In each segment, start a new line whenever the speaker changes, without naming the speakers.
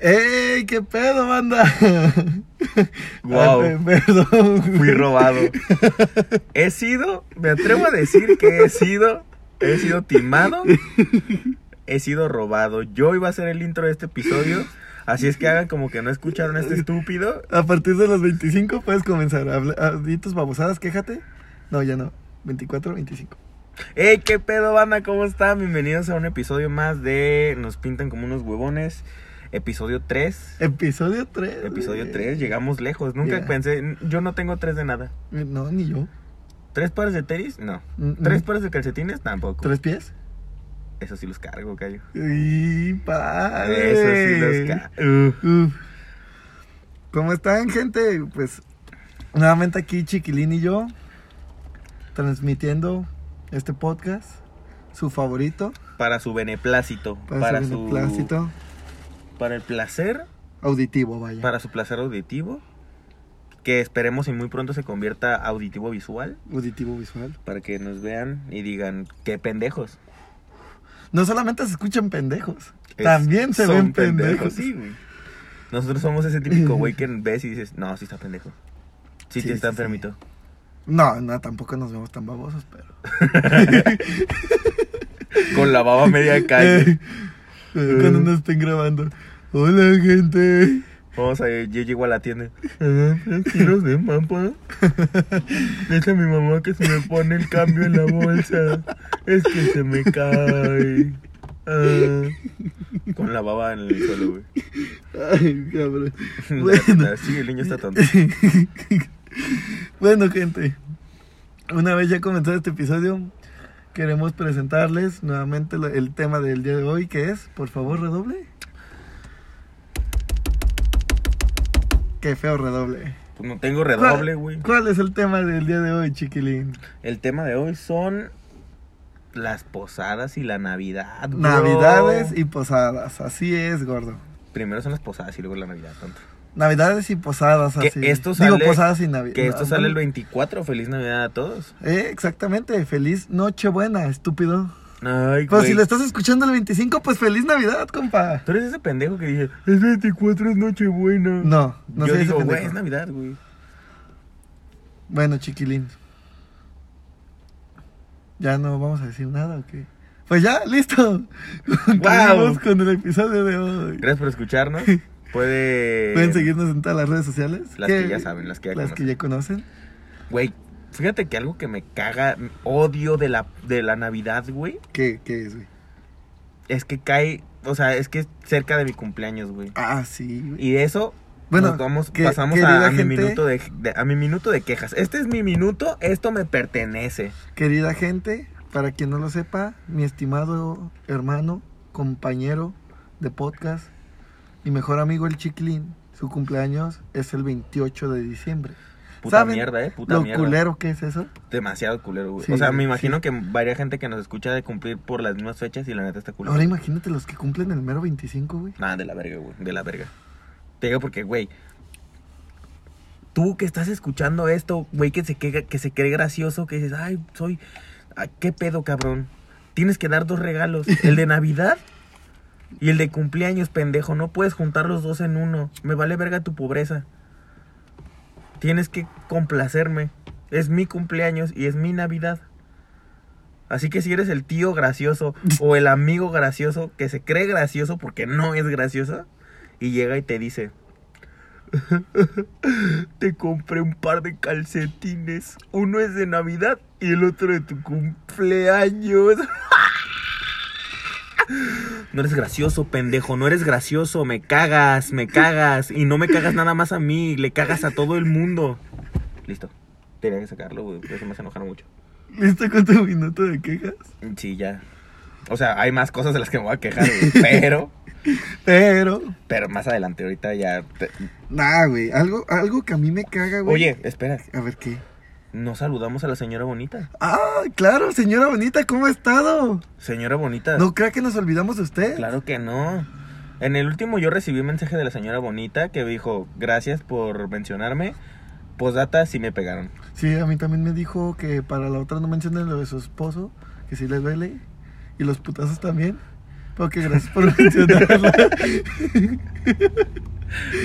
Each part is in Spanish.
¡Ey! ¿Qué pedo, banda?
Guau.
Ay, pe- perdón. güey.
Fui robado. He sido, me atrevo a decir que he sido, he sido timado, he sido robado. Yo iba a hacer el intro de este episodio, así es que hagan como que no escucharon a este estúpido.
A partir de los 25 puedes comenzar. Habla, ah, di tus babosadas, quéjate. No, ya no. 24, 25.
¡Ey, qué pedo, banda! ¿Cómo están? Bienvenidos a un episodio más de Nos pintan como unos huevones, episodio 3.
Episodio 3.
Episodio 3, llegamos lejos. Nunca
Mira.
pensé, yo no tengo tres de nada.
No, ni yo.
¿Tres pares de tenis? No.
Mm,
¿Tres
mm.
pares de calcetines? Tampoco.
¿Tres pies?
Eso sí los cargo, callo.
¡Y padre!
Eso sí los cargo.
Uf. ¿Cómo están, gente? Pues nuevamente aquí Chiquilín y yo transmitiendo este podcast, su favorito,
Para su beneplácito.
para,
Para,
su
su
beneplácito
Para el placer.
auditivo, vaya.
Para su placer auditivo. Que esperemos y muy pronto se convierta a auditivo visual.
Auditivo visual.
Para que nos vean y digan, qué pendejos.
No solamente se escuchan pendejos,
Es-
también se
son
ven pendejos.
Sí, güey. Nosotros somos ese típico güey que ves y dices, no, sí está pendejo. Sí,
Sí,
sí está
sí, sí.
enfermito.
No, no, tampoco nos vemos tan babosos, pero.
Con la baba a media calle.
Eh, eh, cuando nos estén grabando. Hola, gente.
Vamos a yo llego a la tienda. Ah, Quiero de mamá. Dice a mi mamá que se me pone el cambio en la bolsa. Es que se me cae. Ah. Con la baba en el suelo, güey.
Ay, cabrón. Bueno.
Bueno. Sí, el niño está tonto.
bueno, gente, una vez ya comenzado este episodio, queremos presentarles nuevamente lo- el tema del día de hoy, que es, por favor, redoble. Qué feo redoble.
Pues no tengo redoble, güey.
¿Cuál es el tema del día de hoy, chiquilín?
El tema de hoy son las posadas y la Navidad. bro.
Navidades y posadas, así es, gordo.
Primero son las posadas y luego la Navidad, tonto.
Navidades y posadas,
Que
así.
esto
Digo,
sale-
posadas y Navidad.
Que esto sale el 24. Feliz Navidad a todos.
Eh, exactamente, feliz Nochebuena, estúpido.
Ay,
Pero
güey.
si Pues lo estás escuchando el 25, pues feliz Navidad, compa.
Tú eres ese pendejo que dice, es 24, es Nochebuena.
No, no
Yo
soy ese
digo, güey,
pendejo.
es Navidad, güey.
Bueno, chiquilín. ¿Ya no vamos a decir nada o qué? Pues ya, listo. Continuamos con el episodio de hoy.
Gracias por escucharnos. Puede...
Pueden seguirnos en todas las redes sociales.
Las que ya saben, las que ya
las que
conocen.
ya conocen.
Güey, fíjate que algo que me caga, odio de la, de la Navidad, güey,
¿Qué, qué es, güey?
es que cae, o sea, es que es cerca de mi cumpleaños, güey.
Ah, sí, güey.
Y de eso
Bueno,
nos vamos,
que-
pasamos
querida
a, a mi
gente-
minuto de, de- a mi minuto de quejas. Este es mi minuto, esto me pertenece.
Querida gente, para quien no lo sepa, mi estimado hermano, compañero de podcast y mejor amigo el Chiquilín, su cumpleaños es el 28 de diciembre.
Puta
¿Saben
mierda, eh, puta
lo
mierda.
culero que es eso.
Demasiado culero, güey.
Sí,
o sea,
sí.
me imagino que varias gente que nos escucha de cumplir por las mismas fechas y la neta está culero.
Ahora imagínate los que cumplen el mero 25, güey.
Nada, Ah, de la verga, güey. De la verga. Te digo porque, güey. Tú que estás escuchando esto, güey, que se, que, que se cree gracioso, que dices, ay, soy. ah, ¿Qué pedo, cabrón? Tienes que dar dos regalos: el de Navidad y el de cumpleaños, pendejo. No puedes juntar los dos en uno. Me vale verga tu pobreza. Tienes que complacerme. Es mi cumpleaños y es mi Navidad. Así que si eres el tío gracioso o el amigo gracioso que se cree gracioso porque no es gracioso y llega y te dice, te compré un par de calcetines, uno es de Navidad y el otro de tu cumpleaños. No eres gracioso, pendejo, no eres gracioso, me cagas, me cagas y no me cagas nada más a mí, le cagas a todo el mundo. Listo, tenía que sacarlo, güey, eso me hace enojar mucho.
¿Listo con tu minuto de quejas?
Sí, ya. O sea, hay más cosas de las que me voy a quejar, güey, Pero,
Pero,
pero más adelante, ahorita ya. te-
nah, güey, algo, algo que a mí me caga, güey.
Oye, espera.
A ver qué.
No saludamos a la señora bonita.
Ah, claro, señora bonita, ¿cómo ha estado?
Señora bonita.
No crea que nos olvidamos de usted.
Claro que no. En el último yo recibí un mensaje de la señora bonita que dijo, gracias por mencionarme. Postdata, sí me pegaron.
Sí, a mí también me dijo que para la otra no mencionen lo de su esposo, que sí le duele, y los putazos también. Ok, gracias por mencionarla.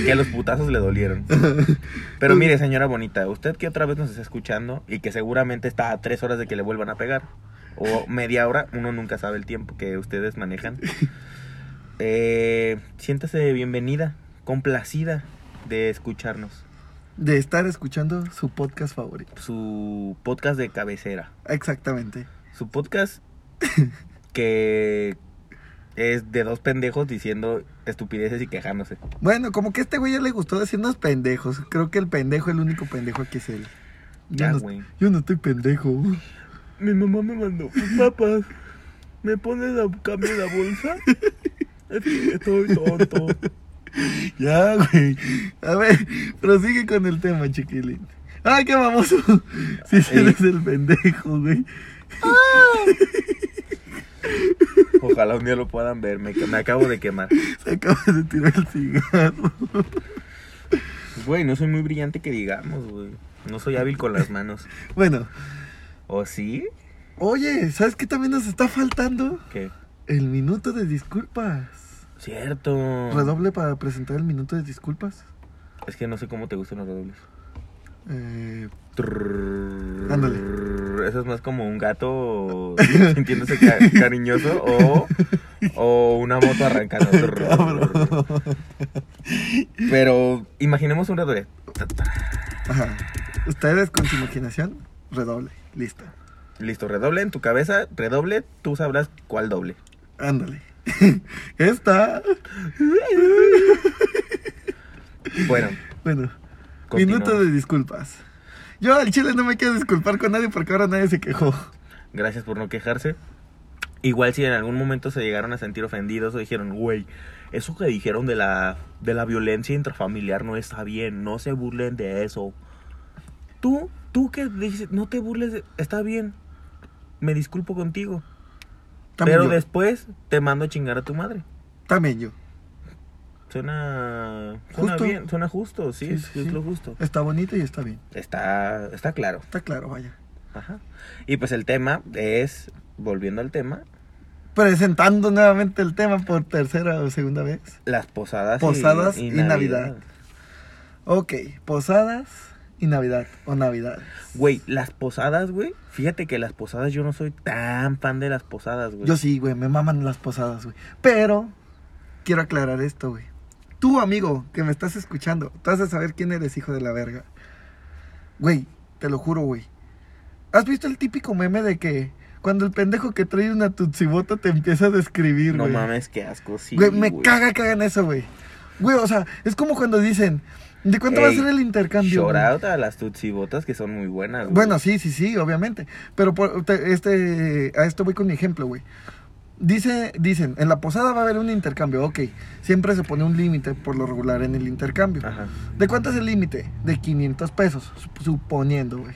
Que los putazos le dolieron. Pero mire, señora bonita, usted que otra vez nos está escuchando y que seguramente está a tres horas de que le vuelvan a pegar, o media hora, uno nunca sabe el tiempo que ustedes manejan. Eh, siéntase bienvenida, complacida de escucharnos.
De estar escuchando su podcast favorito.
Su podcast de cabecera.
Exactamente.
Su podcast que es de dos pendejos diciendo estupideces y quejándose.
Bueno, como que a este güey ya le gustó decirnos pendejos. Creo que el pendejo, el único pendejo aquí es él. Yo,
Ya,
no,
güey.
yo no estoy pendejo.
Mi mamá me mandó papas. ¿Me pones a cambio la bolsa? Estoy tonto.
Ya, güey. A ver, prosigue con el tema, chiquilín. ¡Ay, qué famoso! Si
Ey.
eres el pendejo, güey.
Ojalá un día lo puedan ver. Me, me acabo de quemar.
Se acaba de tirar el cigarro.
Güey, no soy muy brillante que digamos, güey. No soy hábil con las manos.
Bueno,
¿O sí?
oye, ¿sabes qué también nos está faltando?
¿Qué?
El minuto de disculpas.
Cierto.
Redoble para presentar el minuto de disculpas.
Es que no sé cómo te gustan los redobles.
Eh,
Trrr.
Ándale.
Eso es más como un gato sintiéndose ca- cariñoso o, o una moto arrancando. Trrr.
cabrón.
Pero imaginemos un redoble. Ta, ta.
Ajá. Ustedes con su imaginación, redoble. Listo.
Listo, redoble en tu cabeza, redoble, tú sabrás cuál doble.
Ándale. Esta.
Bueno,
Bueno,
continuamos.
minuto de disculpas. Yo al chile no me quiero disculpar con nadie porque ahora nadie se quejó.
Gracias por no quejarse. Igual si en algún momento se llegaron a sentir ofendidos o dijeron, güey, eso que dijeron de la, de la violencia intrafamiliar no está bien, no se burlen de eso. Tú, tú que dices, no te burles, de- está bien, me disculpo contigo.
También,
pero
yo,
después te mando a chingar a tu madre.
también yo.
Suena, suena
Justo.
bien, suena justo, sí,
Sí,
es-
sí,
es
sí.
lo justo.
Está bonito y está bien.
Está, está claro.
Está claro, vaya.
Ajá. Y pues el tema es, volviendo al tema,
Presentando nuevamente el tema por tercera o segunda vez.
las posadas, y-
Posadas
y,
y
Navidad.
Navidad. Ok, posadas y Navidad o Navidad.
Güey, las posadas, güey. Fíjate que las posadas, yo no soy tan fan de las posadas, güey.
Yo sí, güey, me maman las posadas, güey. Pero quiero aclarar esto, güey. Tú, amigo, que me estás escuchando, tú has de saber quién eres, hijo de la verga. Güey, te lo juro, güey. ¿Has visto el típico meme de que cuando el pendejo que trae una tutsibota te empieza a describir,
no
güey?
mames, qué asco, sí.
güey, me
güey.
caga que hagan eso, güey. Güey, o sea, es como cuando dicen, ¿de cuánto va a
Ey,
ser el intercambio?
Shout
güey?
out a las tutsibotas que son muy buenas, güey.
Bueno, sí, sí, sí, obviamente. Pero por- te- este, a esto voy con mi ejemplo, güey. Dice, dicen, en la posada va a haber un intercambio, ok. Siempre se pone un límite por lo regular en el intercambio.
Ajá.
¿De cuánto es el límite? De 500 pesos, sup- suponiendo, güey.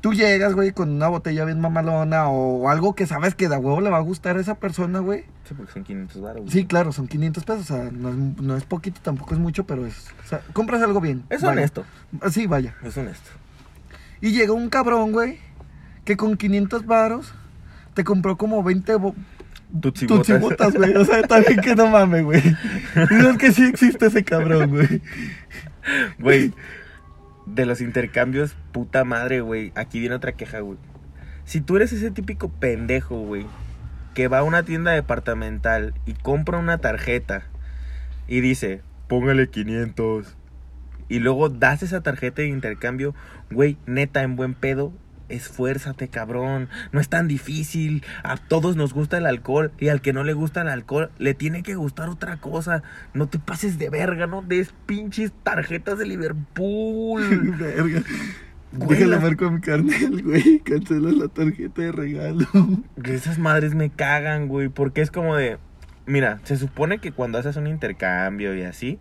Tú llegas, güey, con una botella bien mamalona o algo que sabes que de a huevo le va a gustar a esa persona, güey.
Sí, porque son 500 baros. güey.
Sí, claro, son 500 pesos, o sea, no es, no es poquito, tampoco es mucho, pero es... o sea, compras algo bien.
Es
vaya.
honesto,
Sí, vaya.
es honesto.
Y llegó un cabrón, güey, que con 500 varos te compró como 20 bo-
Tutsibotas.
tutsibotas, güey. O sea, también que no mames, güey. No es que sí existe ese cabrón, güey.
Güey, de los intercambios, puta madre, güey. Aquí viene otra queja, güey. Si tú eres ese típico pendejo, güey, que va a una tienda departamental y compra una tarjeta y dice, póngale 500. Y luego das esa tarjeta de intercambio, güey, neta, en buen pedo. Esfuérzate, cabrón. No es tan difícil. A todos nos gusta el alcohol. Y al que no le gusta el alcohol, le tiene que gustar otra cosa. No te pases de verga, no des pinches tarjetas de Liverpool.
Verga.
Güey,
Déjale
las-
marco a mi carnal, güey. Cancela la tarjeta de regalo.
Esas madres me cagan, güey, porque es como de, mira, se supone que cuando haces un intercambio y así,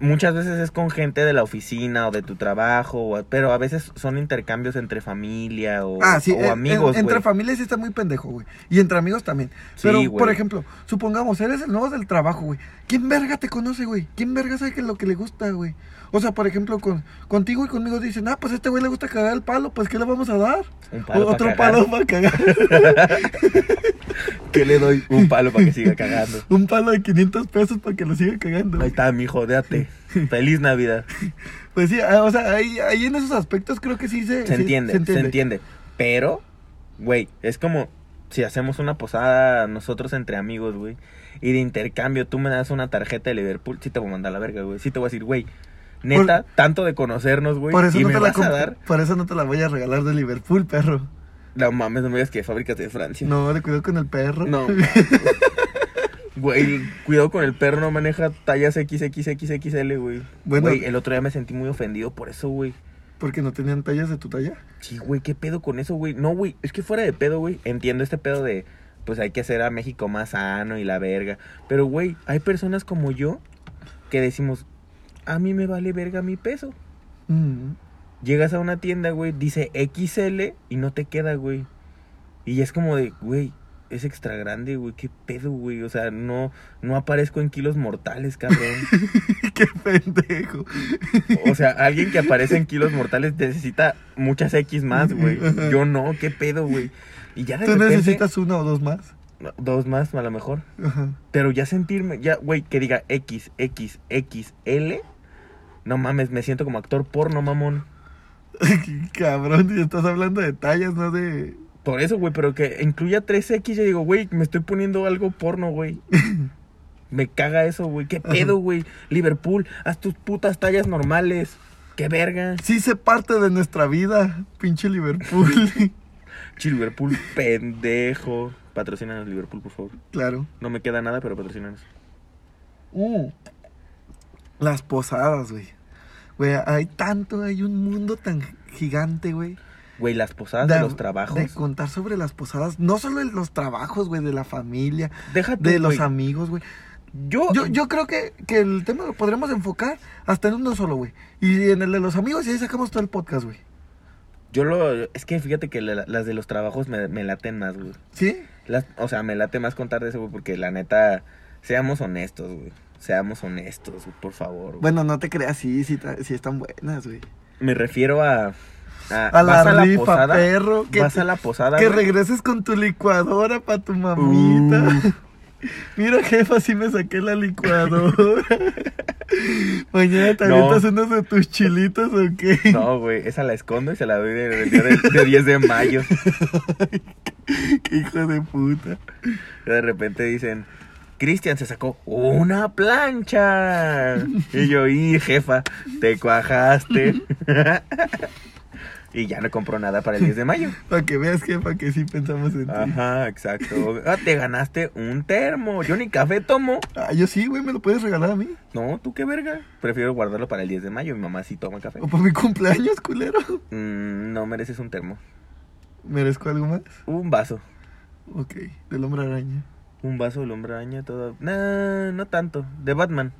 muchas veces es con gente de la oficina o de tu trabajo, o- pero a veces son intercambios entre familia o,
Ah, sí,
o
en-
amigos.
en- entre
güey.
familias sí está muy pendejo, güey. Y entre amigos también.
Sí,
Pero, por
güey.
ejemplo, supongamos, eres el nuevo del trabajo, güey. ¿Quién verga te conoce, güey? ¿Quién verga sabe que lo que le gusta, güey? O sea, por ejemplo, con, contigo y conmigo dicen, ah, pues a este güey le gusta cagar el palo, pues ¿qué le vamos a dar?
Un palo
O-
pa'
otro
cagar.
palo para cagar.
¿Qué le doy? Un palo para que siga cagando.
Un palo de 500 pesos para que lo siga cagando.
Ahí
güey.
está, mijo, déate. Feliz Navidad.
Pues sí, ah, o sea, ahí, ahí en esos aspectos creo que sí se,
Se
sí,
entiende, se entiende. Pero, güey, es como si hacemos una posada nosotros entre amigos, güey. Y de intercambio tú me das una tarjeta de Liverpool, sí te voy a mandar a la verga, güey. Sí te voy a decir, güey, neta, tanto de conocernos, güey.
Por eso,
y
no
me
te la
vas a
comp-
dar.
por eso no te la voy a regalar de Liverpool, perro.
No mames, no me digas que fábricas de Francia.
No, le cuidado con el perro.
No. Güey, cuidado con el perro, no maneja tallas XXXXL, güey.
Bueno.
Güey, el otro día me sentí muy ofendido por eso, güey.
Porque no tenían tallas de tu talla.
Sí, güey, ¿qué pedo con eso, güey? No, güey, es que fuera de pedo, güey. Entiendo este pedo de, pues hay que hacer a México más sano y la verga. Pero, güey, hay personas como yo que decimos, a mí me vale verga mi peso.
Mm.
Llegas a una tienda, güey, dice XL y no te queda, güey. Y es como de, güey, es extra grande, güey, qué pedo, güey. O sea, no, no aparezco en kilos mortales, cabrón.
Qué pendejo.
O sea, alguien que aparece en kilos mortales necesita muchas X más, güey. Yo no, qué pedo, güey. Y ya de
Tú
repente,
necesitas una o dos más.
dos más a lo mejor.
Ajá.
Pero ya sentirme, ya, güey, que diga X, X, X, L. No mames, me siento como actor porno, mamón.
Cabrón, y estás hablando de tallas, no de.
Por eso, güey, pero que incluya 3X, yo digo, güey, me estoy poniendo algo porno, güey. Me caga eso, güey. ¿Qué pedo, güey? Liverpool, haz tus putas tallas normales. Qué verga.
Sí se parte de nuestra vida, pinche Liverpool.
Chi, Liverpool, pendejo. Patrocínanos, Liverpool, por favor.
claro.
No me queda nada, pero patrocínanos.
Mm.
Uh.
Las posadas, güey. Güey, hay tanto, hay un mundo tan gigante, güey.
Güey, las posadas Ah, de, los trabajos.
De contar sobre las posadas. No solo de los trabajos, güey, de la familia,
Déjate,
de los
güey.
amigos, güey.
Yo,
Yo, yo creo que, que el tema lo podremos enfocar hasta en uno solo, güey. Y en el de los amigos, y ahí sacamos todo el podcast, güey.
Yo lo. Es que fíjate que la- las de los trabajos me, me laten más, güey.
¿Sí?
Las- o sea, me late más contar de eso, güey, porque la neta. Seamos honestos, güey. Seamos honestos, güey, por favor. güey.
Bueno, no te creas, sí, sí, ta- sí están buenas, güey.
Me refiero a. A,
A la
vas a la
rifa,
posada.
perro, que-
vas a la posada.
Que
güey.
regreses con tu licuadora para tu mamita.
Uh.
Mira, jefa, sí me saqué la licuadora. Mañana te
No.
avientas unos de tus chilitos, ¿o qué?
No, güey. Esa la escondo y se la doy de- del día de, de 10 de mayo.
Qué hijo de puta.
Y de repente dicen. Cristian se sacó una plancha. Y yo, y jefa, te cuajaste. y ya no compró nada para el 10 de mayo.
Para que veas, jefa, que sí pensamos en ti.
Ajá, exacto. Ah, te ganaste un termo. Yo ni café tomo.
Ah, yo sí, güey, me lo puedes regalar a mí.
No, tú qué verga. Prefiero guardarlo para el 10 de mayo. Mi mamá sí toma café.
O para mi cumpleaños, culero.
Mm, no mereces un termo.
¿Merezco algo más?
Un vaso.
Ok, del hombre araña.
Un vaso del hombre araña, todo. Nah, no tanto. De Batman.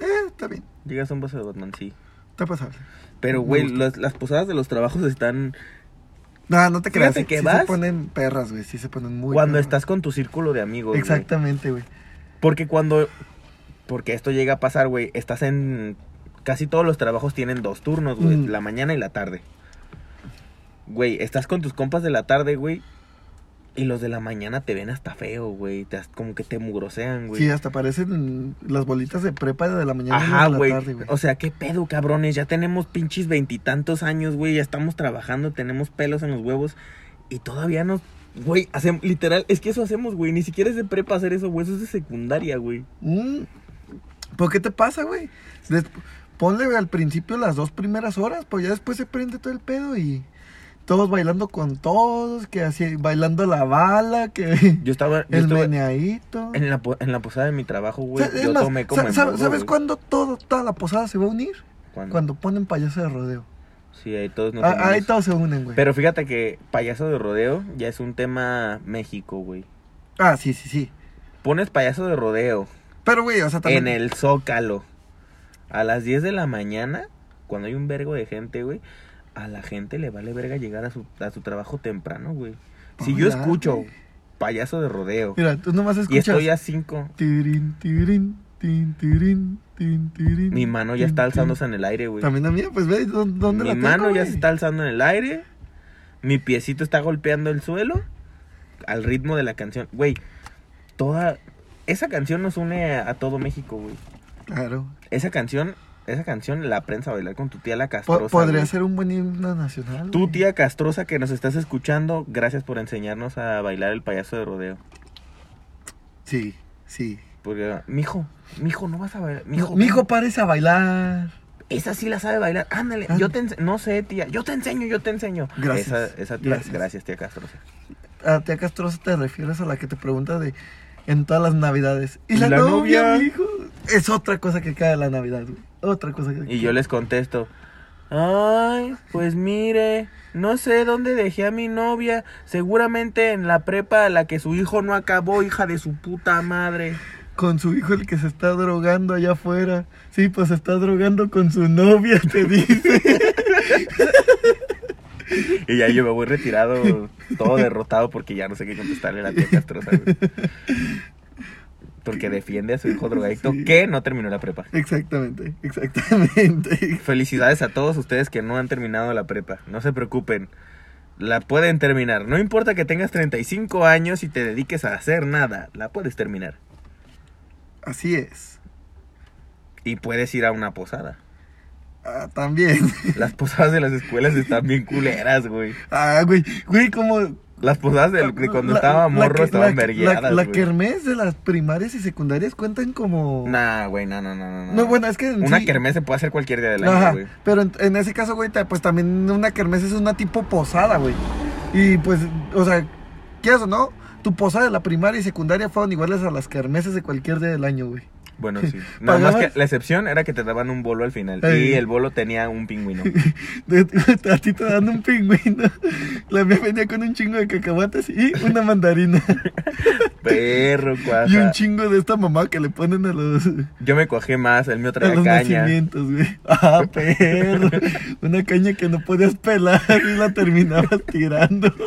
Eh, está bien,
Llegas a un vaso de Batman, sí.
está pasable.
Pero,
Me
güey,
gusta.
las, las posadas de los trabajos están.
No, no te creas.
Fíjate
sí-
que
sí
vas-
se ponen perras, güey. Sí se ponen muy
cuando
perras.
estás con tu círculo de amigos. güey.
Exactamente, güey.
Porque cuando. Porque esto llega a pasar, güey. Estás en. Casi todos los trabajos tienen dos turnos, güey.
Mm.
La mañana y la tarde. Güey, estás con tus compas de la tarde, güey. Y los de la mañana te ven hasta feo, güey. te as- como que te mugrosean, güey.
Sí, hasta aparecen las bolitas de prepa de la mañana y
Ajá,
de la
güey.
tarde, güey.
O sea, qué pedo, cabrones. Ya tenemos pinches veintitantos años, güey. Ya estamos trabajando, tenemos pelos en los huevos. Y todavía nos. Güey, hacemos. Literal, es que eso hacemos, güey. Ni siquiera es de prepa hacer eso, güey. Eso es de secundaria, güey.
Mm. ¿Pero qué te pasa, güey? Des- Ponle güey, al principio las dos primeras horas, pues ya después se prende todo el pedo y todos bailando con todos, que así, bailando la bala, que
Yo estaba. yo
el
estuve-
meneadito.
En la, po- en la posada de mi trabajo, güey,
O sea, es
yo
más,
tomé como
sa-
en
¿Sabes,
boga,
¿sabes
güey.
cuándo todo, toda la posada se va a unir?
¿Cuándo?
Cuando ponen payaso de rodeo.
Sí, ahí todos nos
Ah,
unimos.
ahí todos se unen, güey.
Pero fíjate que payaso de rodeo ya es un tema México, güey.
Ah, sí, sí, sí.
Pones payaso de rodeo
Pero, güey, o sea, también...
en el Zócalo, A las 10 de la mañana, cuando hay un vergo de gente, güey, a la gente le vale verga llegar a su, a su trabajo temprano, güey. Si yo
Hola,
escucho
güey.
payaso de rodeo
Mira, tú nomás
y
escuchas.
estoy a 5,
Tirín, tirín, tin, tirín, tin, tirín,
mi mano ya
tin,
está
tin.
alzándose en el aire, güey.
También la mía, pues ve dó- dónde
Mi
la
mano
tengo,
ya
güey?
se está alzando en el aire. Mi piecito está golpeando el suelo al ritmo de la canción. Güey, toda esa canción nos une a, a todo México, güey.
Claro.
Esa canción, esa canción la prensa a bailar con tu tía la
Po-
castrosa.
podría
güey.
ser un buen himno nacional.
Tú,
güey.
tía castrosa que nos estás escuchando, gracias por enseñarnos a bailar el payaso de rodeo.
Sí, sí.
Porque, mijo, mijo, no vas a bailar.
Mijo,
Mijo,
mijo, pares a bailar.
Esa sí la sabe bailar. Ándale,
Ándale.
yo te ense- No sé, tía. Yo te enseño, yo te enseño.
Gracias,
Esa, esa tía, gracias.
gracias.
tía Castrosa.
A tía Castrosa te refieres a la que te pregunta de en todas las navidades. ¿Y
¿Y
la,
la
novia,
novia?
mijo? Es otra cosa que cae en la Navidad, güey. Otra cosa que
Y yo les contesto. Ay, pues mire, no sé dónde dejé a mi novia. Seguramente en la prepa a la que su hijo no acabó, hija de su puta madre.
Con su hijo el que se está drogando allá afuera. Sí, pues se está drogando con su novia, te dice.
Y ya yo me voy retirado, todo derrotado, porque ya no sé qué contestarle a la tía Castrosa. güey. Porque defiende a su hijo drogadicto
Sí.
que no terminó la prepa.
exactamente, exactamente.
Felicidades a todos ustedes que no han terminado la prepa. No se preocupen. La pueden terminar. No importa que tengas 35 años y te dediques a hacer nada. La puedes terminar.
Así es.
Y puedes ir a una posada.
Ah, también.
Las posadas de las escuelas están bien culeras, güey.
Ah, güey, güey, como...
Las posadas del- de cuando estaba morro
que-
estaban
la-
vergueadas,
La, la
güey.
kermés de las primarias y secundarias cuentan como...
Nah, güey, no, no, no, no.
No, bueno, es que... en
Una
sí-
kermés se puede hacer cualquier día del
Ajá,
año, güey.
pero en, en ese caso, güey, ta- pues también una kermés es una tipo posada, güey. Y pues, o sea, quieras o no, tu posada de la primaria y secundaria fueron iguales a las kermeses de cualquier día del año, güey.
Bueno, sí. Nada más
Pagabas-
que la excepción era que te daban un bolo al final.
Ey.
Y el bolo tenía un pingüino.
De- A ti te dan un pingüino. La mía venía con un chingo de cacahuates y una mandarina.
Perro, cuaja.
y un chingo de esta mamá que le ponen a los, a
Yo me cuajé más, el mío traía
los
caña.
nacimientos, güey. Ah, perro. Una caña que no podías pelar y la terminabas tirando.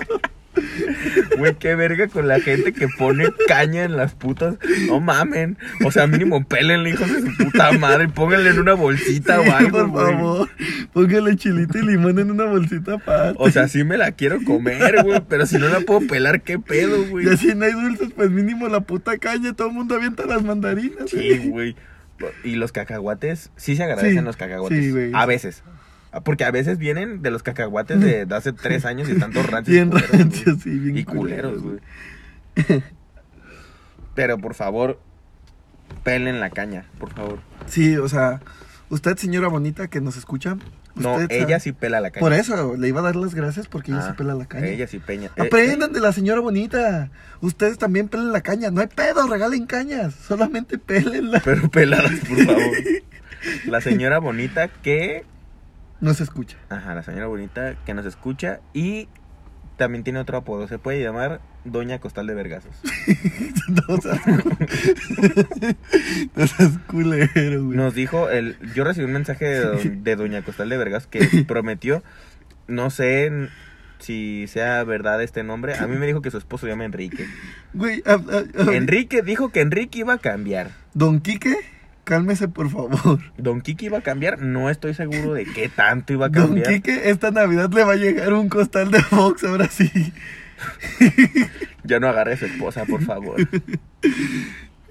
Güey, qué verga con la gente que pone caña en las putas. No mamen. O sea, mínimo pélenle, hijos de su puta madre. y Pónganle en una bolsita
Sí,
o algo,
por
güey.
favor, póngale chilito y limón en una bolsita aparte.
O sea, sí me la quiero comer, güey. Pero si no la puedo pelar, qué pedo, güey.
ya si no hay dulces, pues mínimo la puta caña, todo el mundo avienta las mandarinas.
Sí, güey. Y los cacahuates, sí se agradecen
Sí,
los cacahuates.
sí, güey.
A veces. Ah, Porque a veces vienen de los cacahuates de, de hace tres años y están todos rancios. y
Bien
culeros, güey.
rancios, sí, bien
Y culeros,
culeros,
güey. Pero por favor, pelen la caña, por favor.
Sí, o sea, usted, señora bonita que nos escucha,
No,
usted
ella
sabe-
sí pela la caña.
Por eso le iba a dar las gracias porque ella
Ah,
sí pela la caña.
Ella sí peña. eh,
Aprendan de la señora bonita. Ustedes también pelen la caña. No hay pedo, regalen cañas. Solamente pelenla.
Pero peladas, por favor. La señora bonita que.
No se escucha.
Ajá, la señora bonita que nos escucha y también tiene otro apodo. Se puede llamar Doña Costal de Vergazos.
No seas, cul- no seas culero, güey.
Nos dijo el. Yo recibí un mensaje de, don- de Doña Costal de Vergas que prometió. No sé n- si sea verdad este nombre. A mí me dijo que su esposo se llama Enrique.
Güey, a- a- a-
Enrique dijo que Enrique iba a cambiar.
Don Quique, cálmese por favor.
Don Kiki iba a cambiar. No estoy seguro de qué tanto iba a
Don
cambiar.
Quique, esta Navidad le va a llegar un costal de Fox, ahora sí.
Ya no agarre a su esposa, por favor.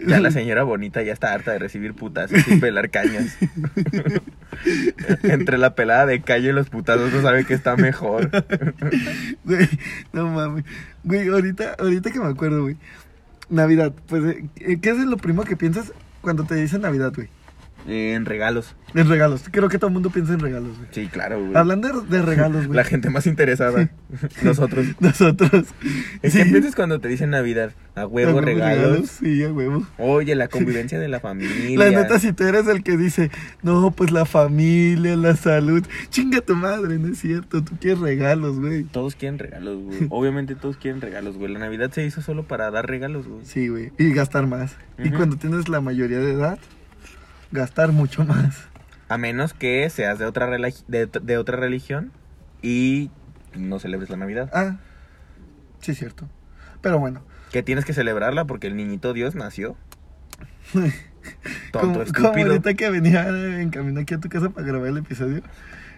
Ya la señora bonita ya está harta de recibir putazos y pelar cañas. Entre la pelada de calle y los putazos no sabe qué está mejor.
Güey, no mames. Güey, ahorita, ahorita que me acuerdo, güey. Navidad, pues, eh, ¿qué es lo primero que piensas cuando te dicen Navidad, güey?
En regalos.
En regalos. Creo que todo el mundo piensa en regalos, güey.
Sí, claro, güey.
Hablando de, de regalos, güey.
La gente más interesada. Nosotros.
Nosotros.
¿En
Sí.
qué piensas cuando te dicen Navidad? A huevo,
Algunos
regalos.
Sí, a huevo.
Oye, la convivencia de la familia.
La neta, si tú eres el que dice, no, pues la familia, la salud, chinga tu madre, no es cierto, tú quieres regalos, güey.
Todos quieren regalos, güey. Obviamente todos quieren regalos, güey. La Navidad se hizo solo para dar regalos, güey.
Sí, güey, y gastar más. Y
Ujú.
cuando tienes la mayoría de edad, gastar mucho más.
A menos que seas de otra, religi- de, de otra religión y no celebres la Navidad.
Ah, sí, cierto. Pero bueno,
Que tienes que celebrarla porque el niñito Dios nació. Tonto,
como, como
estúpido.
ahorita que venía en camino aquí a tu casa para grabar el episodio,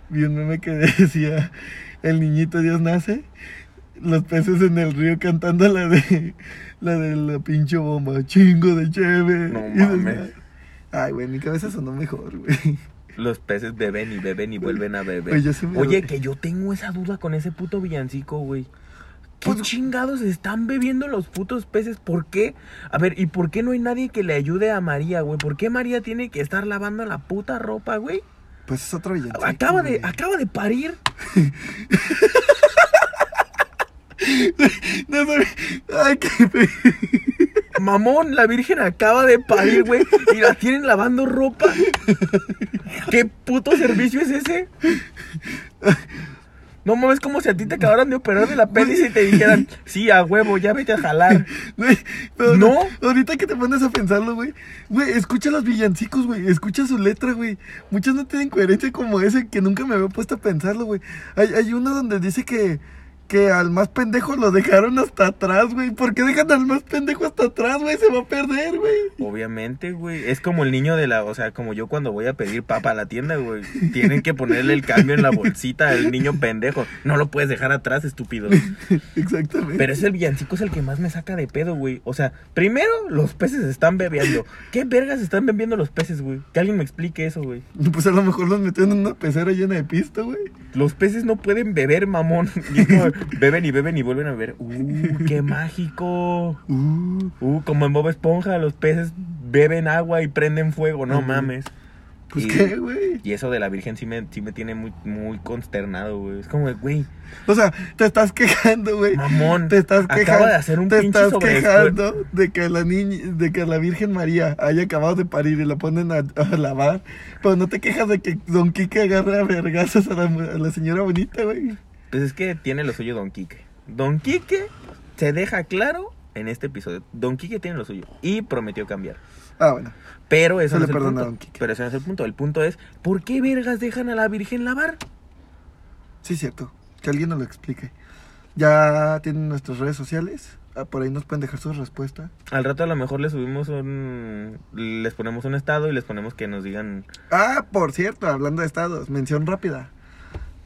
vi un meme que decía: El niñito Dios nace, los peces en el río cantando la de la, de la pinche bomba, chingo de cheve.
No
Y decía,
mames.
Ay, güey, mi cabeza sonó mejor, güey.
Los peces beben y beben y vuelven a beber.
Oye, se me-
Oye, que yo tengo esa duda con ese puto villancico, güey. ¿Qué
Pues-
chingados están bebiendo los putos peces? ¿Por qué? A ver, ¿y por qué no hay nadie que le ayude a María, güey? ¿Por qué María tiene que estar lavando la puta ropa, güey?
Pues es otro villancico.
Acaba de,
güey.
acaba de parir.
No sabía- Ay, qué pe-
Mamón, la Virgen acaba de parir, güey. Y la tienen lavando ropa. ¿Qué puto servicio es ese? No mames, como si a ti te acabaran de operar de la pelvis y te dijeran, sí, a huevo, ya vete a jalar.
Güey, pero
¿No?
Ahorita que te pones a pensarlo, güey. Güey, escucha los villancicos, güey. Escucha su letra, güey. Muchos no tienen coherencia como ese que nunca me había puesto a pensarlo, güey. Hay, hay uno donde dice que, que al más pendejo lo dejaron hasta atrás, güey. ¿Por qué dejan al más pendejo hasta atrás, güey? Se va a perder, güey.
Obviamente, güey. Es como el niño de la. O sea, como yo cuando voy a pedir papa a la tienda, güey. Tienen que ponerle el cambio en la bolsita al niño pendejo. No lo puedes dejar atrás, estúpido.
Exactamente.
Pero es el villancico es el que más me saca de pedo, güey. O sea, primero los peces están bebiendo. ¿Qué vergas están bebiendo los peces, güey? Que alguien me explique eso, güey.
Pues a lo mejor los metieron en una pecera llena de pisto, güey.
Los peces no pueden beber, mamón. Y es como, beben y beben y vuelven a beber. ¡Uh, qué mágico!
Uh,
Uh, como en Bob Esponja, los peces beben agua y prenden fuego. No
Ajá.
mames.
pues
Y-
qué, güey.
Y eso de la Virgen sí me, sí me tiene muy, muy consternado, güey. Es como, de, güey,
O sea, te estás quejando, güey.
mamón.
Te estás
acaba
quejando,
de hacer un
te
pinche
estás
sobre-
quejando de que la niña, de que la Virgen María haya acabado de parir y la ponen a, a lavar, pero no te quejas de que Don Quique agarre a vergazos a la, mu- a la señora bonita, güey.
Pues es que tiene lo suyo Don Quique. Don Quique se deja claro en este episodio. Don Quique tiene lo suyo y prometió cambiar.
Ah, bueno.
Pero
Se
eso no
le
es el
perdona a
punto.
Don Quique.
Pero eso no es el punto. El punto es, ¿por qué vergas dejan a la Virgen lavar?
Sí, cierto. Que alguien nos lo explique. Ya tienen nuestras redes sociales. ah, Por ahí nos pueden dejar sus respuestas.
Al rato a lo mejor les subimos un... Les ponemos un estado y les ponemos que nos digan...
Ah, por cierto, hablando de estados, mención rápida.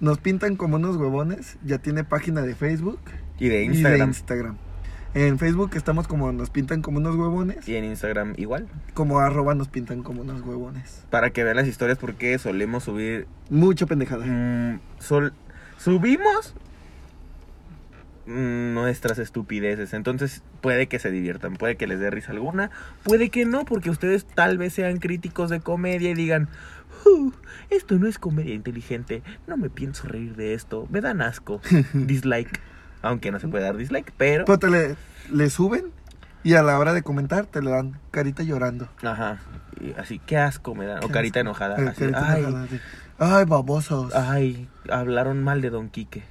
Nos pintan como unos huevones. Ya tiene página de Facebook
Y de
y de
Instagram.
Instagram. En Facebook estamos como nos pintan como unos huevones.
Y en Instagram igual.
como arroba nos pintan como unos huevones.
Para que vean las historias porque solemos subir
Mucha pendejada.
Mm, sol- subimos mm, nuestras estupideces. Entonces puede que se diviertan, puede que les dé risa alguna, puede que no, porque ustedes tal vez sean críticos de comedia y digan, "Uh, esto no es comedia inteligente, no me pienso reír de esto, me dan asco, dislike. Aunque no se puede dar dislike, pero...
Pero te le, le suben y a la hora de comentar te le dan carita llorando.
Ajá. y Así, qué asco me dan. O
Qué
carita
asco.
enojada.
Eh,
así,
carita
ay,
enojada, sí. Ay, babosos.
ay, hablaron mal de Don Quique.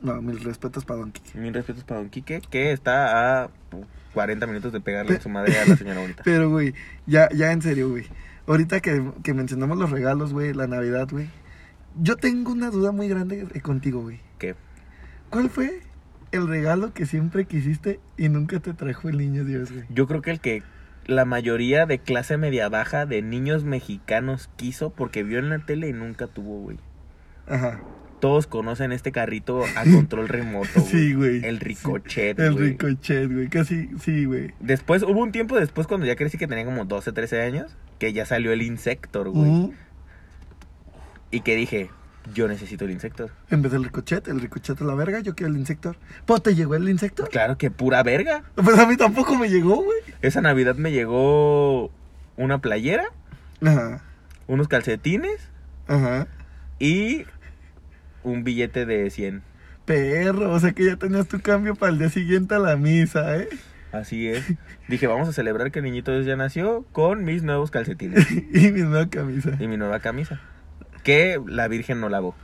No, mis respetos para Don Quique.
Mil respetos para Don Quique, que está a 40 minutos de pegarle a su madre a la señora bonita.
Pero, güey, ya, ya en serio, güey. Ahorita que, que mencionamos los regalos, güey, la Navidad, güey. Yo tengo una duda muy grande eh, contigo, güey.
¿Qué?
¿Cuál fue el regalo que siempre quisiste y nunca te trajo el niño Dios, güey?
Yo creo que el que la mayoría de clase media baja de niños mexicanos quiso porque vio en la tele y nunca tuvo, güey.
Ajá.
Todos conocen este carrito a control remoto, güey.
Sí, güey.
El ricochet,
El
güey.
ricochet, güey. Casi, sí, güey.
Después, hubo un tiempo después cuando ya crecí que tenía como 12, 13 años, que ya salió el Insector, güey.
Ujú.
Y que dije, yo necesito el Insector.
En vez del ricochet, el ricochet a la verga, yo quiero el insector. ¿Pues te llegó el insector?
Claro que pura verga.
Pues a mí tampoco me llegó, güey.
Esa Navidad me llegó una playera,
Ajá,
unos calcetines
ajá.
y un billete de 100.
Perro, o sea que ya tenías tu cambio para el día siguiente a la misa, ¿eh?
Así es. Dije, vamos a celebrar que el niñito Dios ya nació con mis nuevos calcetines
y mi nueva camisa.
y mi nueva camisa. Que la Virgen no lavó.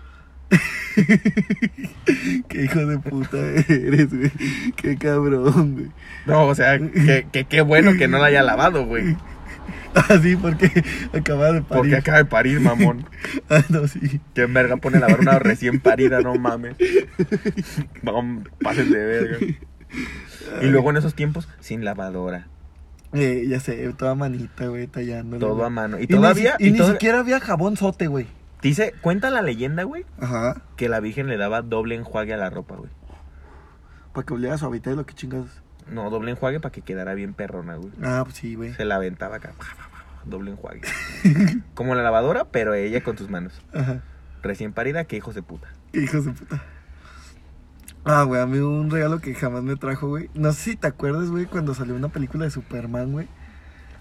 Qué hijo de puta eres, güey. Qué cabrón, güey.
No, o sea, que que- qué bueno que no la haya lavado, güey.
Así Ah, porque acaba de
Porque
parir.
acaba de parir, mamón.
Ah, no, sí.
Que verga pone la varona recién parida, no mames. Vamos, pasen de verga. Y luego en esos tiempos, sin lavadora,
Eh, ya sé, toda manita, güey, tallándole.
todo
güey.
a mano. Y
ni
todavía,
si- y ni,
toda-
siquiera había jabón sote, güey.
dice, cuenta la leyenda, güey,
Ajá.
que la Virgen le daba doble enjuague a la ropa, güey.
Para que oliera suavita y lo que chingas.
No, doble enjuague para que quedara bien perrona, güey.
Ah, pues sí, güey.
Se la aventaba acá, doble enjuague. Como la lavadora, pero ella con tus manos.
Ajá.
Recién parida, que hijos de puta.
Qué hijos de puta. Ah, güey, a mí un regalo que jamás me trajo, güey. No sé si te acuerdas, güey, cuando salió una película de Superman, güey.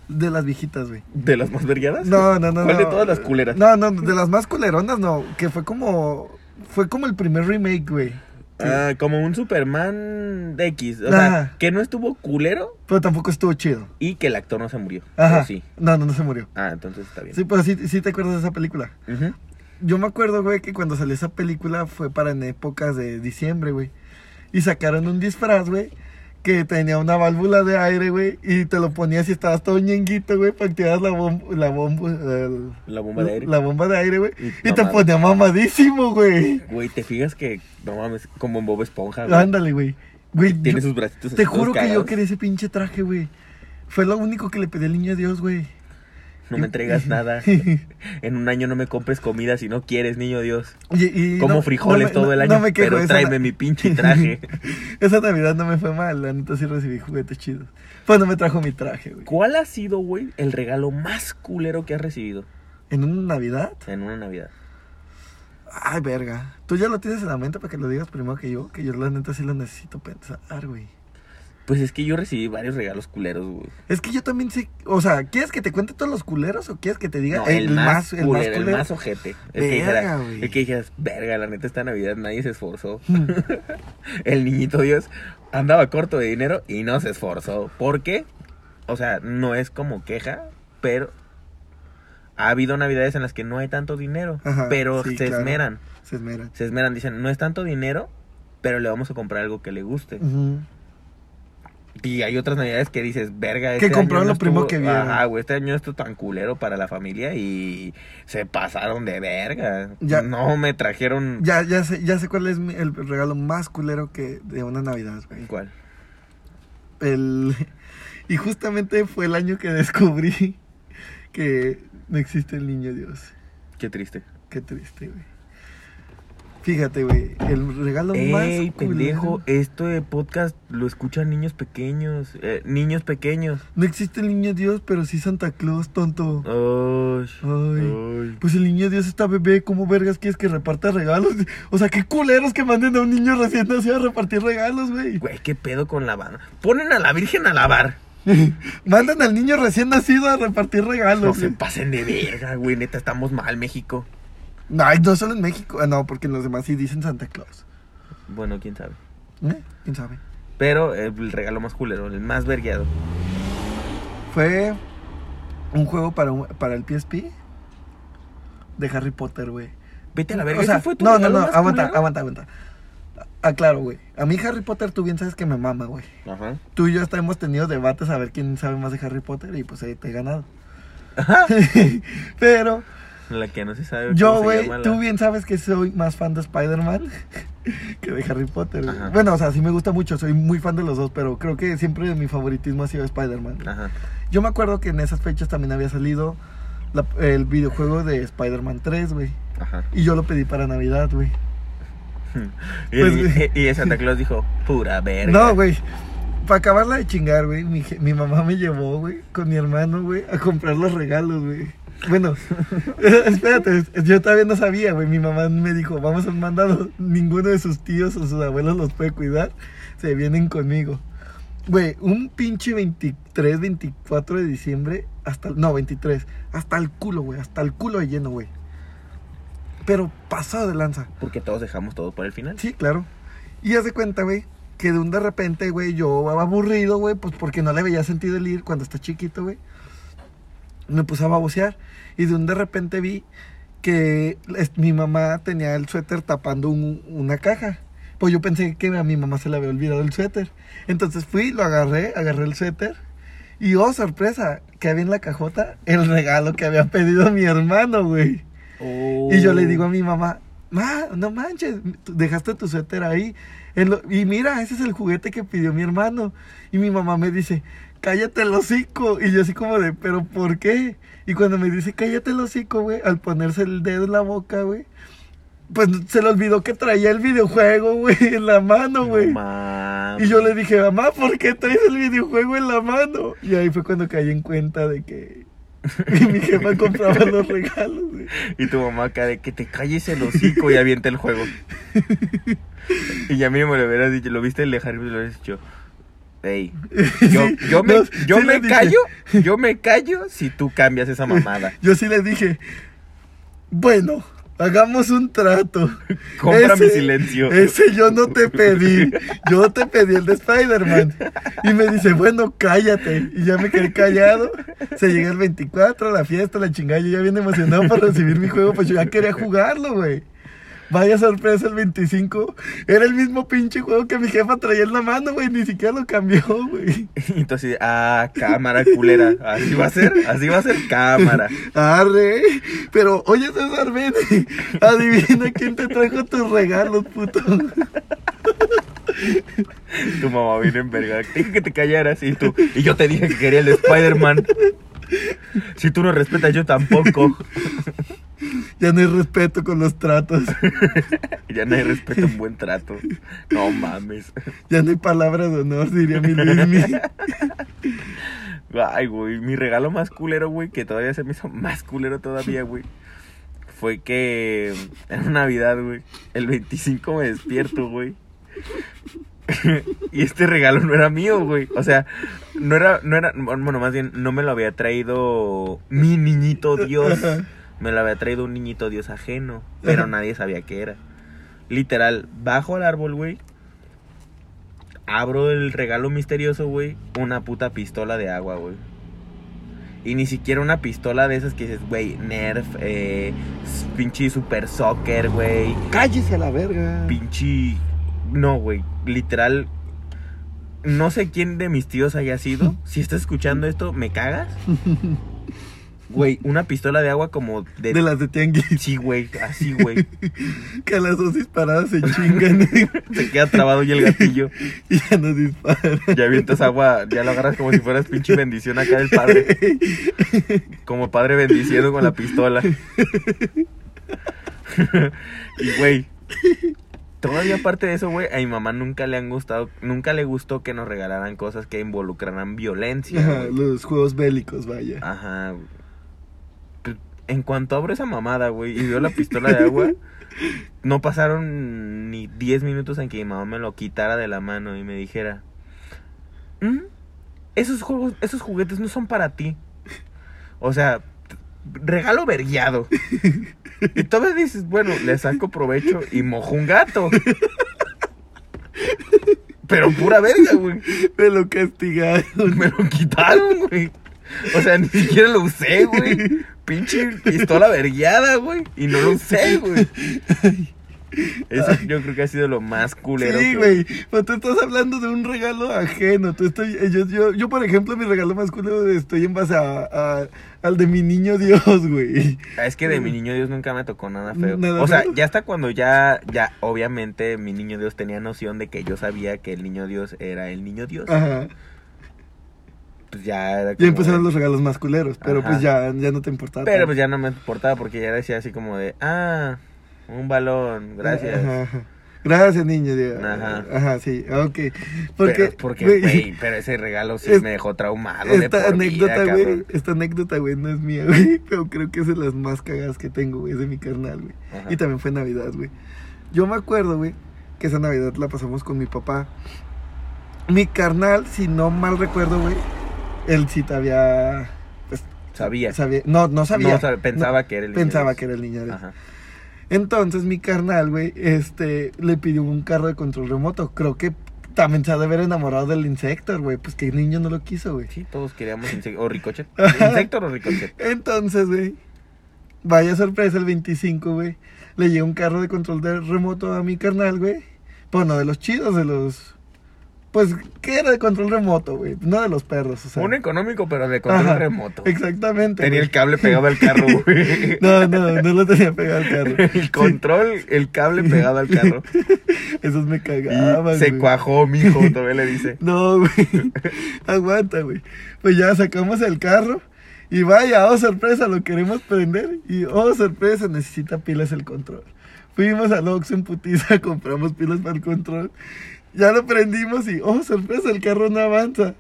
De las viejitas, güey.
¿De las más vergueadas?
No, no, no.
¿Cuál de
no.
todas las culeras?
No, no, de las más culeronas, no. Que fue como. Fue como el primer remake, güey.
Ah, como un Superman de X. O
Ajá.
sea, que no estuvo culero
Pero tampoco estuvo chido.
y que el actor no se murió.
Ajá.
Pero Oh, Sí.
No, no, no se murió.
Ah, entonces está bien.
Sí, pero sí, sí te acuerdas de esa película.
Ujú.
Yo me acuerdo, güey, que cuando salió esa película fue para en épocas de diciembre, güey. Y sacaron un disfraz, güey, que tenía una válvula de aire, güey, y te lo ponías y estabas todo ñenguito, güey, para activar la bomba, la bomba, el-
La bomba de aire.
la bomba de aire, güey.
Y
Y, te
mamada.
ponía mamadísimo, güey.
Güey, te fijas que, no mames, como en Bob Esponja, güey.
Ándale, güey. Güey,
Tiene
yo-
sus bracitos
te
así todos
juro que yo
cagados.
quería ese pinche traje, güey. Fue lo único que le pedí al niño a Dios, güey.
No me entregas nada. En un año no me compres comida si no quieres, niño Dios.
Y- y
Como
no- no
frijoles
me-
todo el
no-
año,
no me quejo,
pero
esa-
tráeme mi pinche traje.
Esa Navidad no me fue mal, la neta sí recibí juguetes chidos. Pues no me trajo mi traje, güey.
¿Cuál ha sido, güey, el regalo más culero que has recibido
¿En una Navidad?
en una Navidad?
Ay, verga. Tú ya lo tienes en la mente para que lo digas primero que yo, que yo la neta sí lo necesito pensar, güey.
Pues es que yo recibí varios regalos culeros, güey.
Es que yo también sé, o sea, ¿quieres que te cuente todos los culeros o quieres que te diga
No,
el, más, el más
culero, el
culero?
más ojete. El, que
Verga,
dijera-
güey.
el que dijeras, verga, la neta, esta Navidad nadie se esforzó.
Mm.
el niñito Dios andaba corto de dinero y no se esforzó. ¿Por qué? O sea, no es como queja, pero ha habido Navidades en las que no hay tanto dinero,
Ajá,
pero
sí,
se
claro.
esmeran.
Se esmeran.
Se esmeran, dicen, no es tanto dinero, pero le vamos a comprar algo que le guste.
Ujú.
Y hay otras navidades que dices, verga, este
Que compraron
año
lo primero
estuvo-
que vieron.
Ajá, güey, este año esto tan culero para la familia y se pasaron de verga.
Ya.
No me trajeron...
Ya, ya, sé, ya sé cuál es mi- el regalo más culero que de una Navidad, güey.
¿Cuál?
El... Y justamente fue el año que descubrí que no existe el niño Dios.
Qué triste.
Qué triste, güey. Fíjate, güey, el regalo
Ey,
más culero.
pendejo, esto de podcast lo escuchan niños pequeños, eh, niños pequeños.
No existe el niño Dios, pero sí Santa Claus, tonto.
Ay,
Ay.
ay.
Pues el niño Dios está bebé, ¿cómo vergas quieres que reparta regalos? O sea, qué culeros que manden a un niño recién nacido a repartir regalos, güey.
Güey, qué pedo con la banda. Ponen a la Virgen a lavar.
Mandan al niño recién nacido a repartir regalos.
No se
güey.
pasen de verga, güey, neta estamos mal México.
No, ay, no solo en México. Ah, no, porque en los demás sí dicen Santa Claus.
Bueno, quién sabe.
¿Eh? ¿Quién sabe?
Pero eh, el regalo más culero, el más vergueado.
Fue un juego para, un- para el PSP de Harry Potter, güey.
Vete a la verga,
O sea,
¿ese fue tu
no, no,
regalo
no,
más
aguanta,
culero?
aguanta, aguanta. A- Aclaro, güey. A mí Harry Potter, tú bien sabes que me mama, güey.
Ajá.
Tú y yo hasta hemos tenido debates a ver quién sabe más de Harry Potter y pues ahí te he ganado.
Ajá.
Pero
La que no se sabe.
yo,
cómo se
güey,
llama la-
tú bien sabes que soy más fan de Spider-Man que de Harry Potter. güey.
Ajá.
Bueno, o sea, sí me gusta mucho, soy muy fan de los dos, pero creo que siempre mi favoritismo ha sido Spider-Man.
Ajá.
Yo me acuerdo que en esas fechas también había salido la- el videojuego de Spider-Man 3, güey.
Ajá.
Y yo lo pedí para Navidad, güey.
Y,
Pues,
el-
güey.
y- y Santa Claus dijo, pura verga.
No, güey. Para acabarla de chingar, güey, mi, je- mi mamá me llevó, güey, con mi hermano, güey, a comprar los regalos, güey. Bueno, espérate, es- yo todavía no sabía, güey. Mi mamá me dijo, vamos a un mandado. Ninguno de sus tíos o sus abuelos los puede cuidar. Se vienen conmigo. Güey, un pinche 23, 24 de diciembre, hasta, no, 23, hasta el culo, güey, hasta el culo de lleno, güey. Pero pasado de lanza.
Porque todos dejamos todo por el final.
Sí, claro. Y haz de cuenta, güey, que de un de repente, güey, yo aburrido, güey, pues porque no le veía sentido el ir cuando está chiquito, güey. Me puse a babosear. Y de un de repente vi que es- mi mamá tenía el suéter tapando un- una caja. Pues yo pensé que a mi mamá se le había olvidado el suéter. Entonces fui, lo agarré, agarré el suéter Y oh, sorpresa, que había en la cajota el regalo que había pedido mi hermano, güey. Y
Oh.
yo le digo a mi mamá, ma, no manches, tú dejaste tu suéter ahí. En lo- y mira, ese es el juguete que pidió mi hermano. Y mi mamá me dice, cállate el hocico. Y yo así como de, pero ¿por qué? Y cuando me dice, cállate el hocico, güey, al ponerse el dedo en la boca, güey, pues se le olvidó que traía el videojuego, güey, en la
Oh,
mano, güey. Y yo le dije, mamá, ¿por qué traes el videojuego en la mano? Y ahí fue cuando caí en cuenta de que mi jefa compraba los regalos, güey.
Y tu mamá acá de que te calles el hocico y avienta el juego. y ya mismo le hubieras dicho, lo viste dejar y le hubieras dicho, hey, yo,
Sí,
yo me,
no,
yo
sí le
me
dije.
callo, yo me callo si tú cambias esa mamada.
Yo sí le dije, bueno, hagamos un trato.
Compra mi silencio.
Ese yo no te pedí. Yo te pedí el de Spider-Man. Y me dice, bueno, cállate. Y ya me quedé callado. Se llega el 24, la fiesta, la chingada. Yo ya bien emocionado por recibir mi juego, pues yo ya quería jugarlo, güey. Vaya sorpresa el 25. Era el mismo pinche juego que mi jefa traía en la mano, güey. Ni siquiera lo cambió, güey.
Y tú así, ah, cámara culera. Así va a ser, así va a ser cámara.
Arre, pero oye César, ven, adivina quién te trajo tus regalos, puto.
Tu mamá viene en verga. Te dije que te callaras y tú. Y yo te dije que quería el Spider-Man. Si tú no respetas, yo tampoco.
Ya no hay respeto con los tratos,
Ya nadie respeta un buen trato. No mames.
ya no hay palabras de honor, diría mi Luismi.
Ay, güey. Mi regalo más culero, güey, que todavía se me hizo más culero todavía, güey. Fue que en Navidad, güey. El 25 me despierto, güey. y este regalo no era mío, güey. O sea, no era, no era, bueno, más bien, no me lo había traído mi niñito Dios.
Ajá.
Me lo había traído un niñito Dios ajeno, pero
Ajá.
nadie sabía qué era. Literal, bajo al árbol, güey. Abro el regalo misterioso, güey. Una puta pistola de agua, güey. Y ni siquiera una pistola de esas que dices, güey, Nerf, eh, s- pinche Super Soccer, güey.
Cállese a la verga.
Pinche. No, güey. Literal. No sé quién de mis tíos haya sido. Si estás escuchando esto, ¿me cagas? Güey, una pistola de agua como de.
De las de tianguis,
Sí, güey, así, güey.
que a las dos disparadas se chingan
Se queda trabado y el gatillo.
y ya no disparan.
Ya avientas agua, ya lo agarras como si fueras pinche bendición acá del padre. Como padre bendiciendo con la pistola. y güey. Todavía aparte de eso, güey, a mi mamá nunca le han gustado, nunca le gustó que nos regalaran cosas que involucraran violencia.
Ajá,
güey.
los juegos bélicos, vaya.
Ajá. güey. Pues, En cuanto abro esa mamada, güey, y veo la pistola de agua, no pasaron ni 10 minutos en que mi mamá me lo quitara de la mano y me dijera, "Mm, esos, juegos, esos juguetes no son para ti. O sea, t- regalo vergueado. Y todavía dices, bueno, le saco provecho y mojo un gato. Pero pura verga, güey.
Me lo castigaron.
Me lo quitaron, güey. O sea, ni siquiera lo usé, güey. Pinche pistola vergueada, güey. Y no lo usé, güey. Eso yo creo que ha sido lo más culero.
Sí,
que-
güey. Pero tú estás hablando de un regalo ajeno. Tú estoy, eh, yo, yo, yo, por ejemplo, mi regalo más culero estoy en base a, a- al de mi niño Dios, güey.
Ah, Es que de mi niño Dios nunca me tocó nada feo.
Nada
o sea,
feo.
ya hasta cuando ya, ya, obviamente mi niño Dios tenía noción de que yo sabía que el niño Dios era el niño Dios.
Ajá.
Pues ya era
Ah. Ya
como
empezaron
de-
los regalos más culeros, pero
Ajá.
pues ya, ya no te importaba.
Pero
tanto.
pues ya no me importaba porque ya decía así como de, ah, un balón, gracias.
Ajá, ajá. Gracias, niño Dios.
Ajá.
Ajá. sí, ok. Porque,
pero, porque,
güey,
güey, pero ese regalo sí
es-
me dejó traumado. de
Esta
por vida,
anécdota, güey,
cabrón.
esta anécdota, güey, no es mía, güey, pero creo que es de las más cagadas que tengo, güey, es de mi carnal, güey.
Ajá.
Y también fue Navidad, güey. Yo me acuerdo, güey, que esa Navidad la pasamos con mi papá. Mi carnal, si no mal recuerdo, güey, él sí te había... pues,
Sabía.
sabía- No, no sabía.
No, sabe- pensaba que era el niño
Pensaba
Dios.
que era el niño. Dios.
Ajá.
Entonces mi carnal, güey, este, le pidió un carro de control remoto. Creo que también se ha de haber enamorado del Insector, güey. Pues que el niño no lo quiso, güey.
Sí, todos queríamos insecto. O ricochet.
Ajá.
Insecto o ricochet.
Entonces, güey, vaya sorpresa el 25, güey. Le pues, llegó un carro de control de remoto a mi carnal, güey. Bueno, de los chidos, de los Pues, ¿qué era de control remoto, güey? No de los perros, o sea.
Un económico, pero de control
Ajá,
remoto.
Exactamente.
Tenía
güey.
el cable pegado al carro, güey.
No, no, no lo tenía pegado al carro.
El control, el cable pegado al carro.
Esos me
Y
cagaban.
se
güey.
cuajó, mijo, todavía le dice.
No, güey. Aguanta, güey. Pues ya sacamos el carro. Y vaya, oh sorpresa, lo queremos prender. Y oh sorpresa, necesita pilas el control. Fuimos al Oxxo en putiza, compramos pilas para el control. Ya lo prendimos y oh sorpresa, el carro no avanza.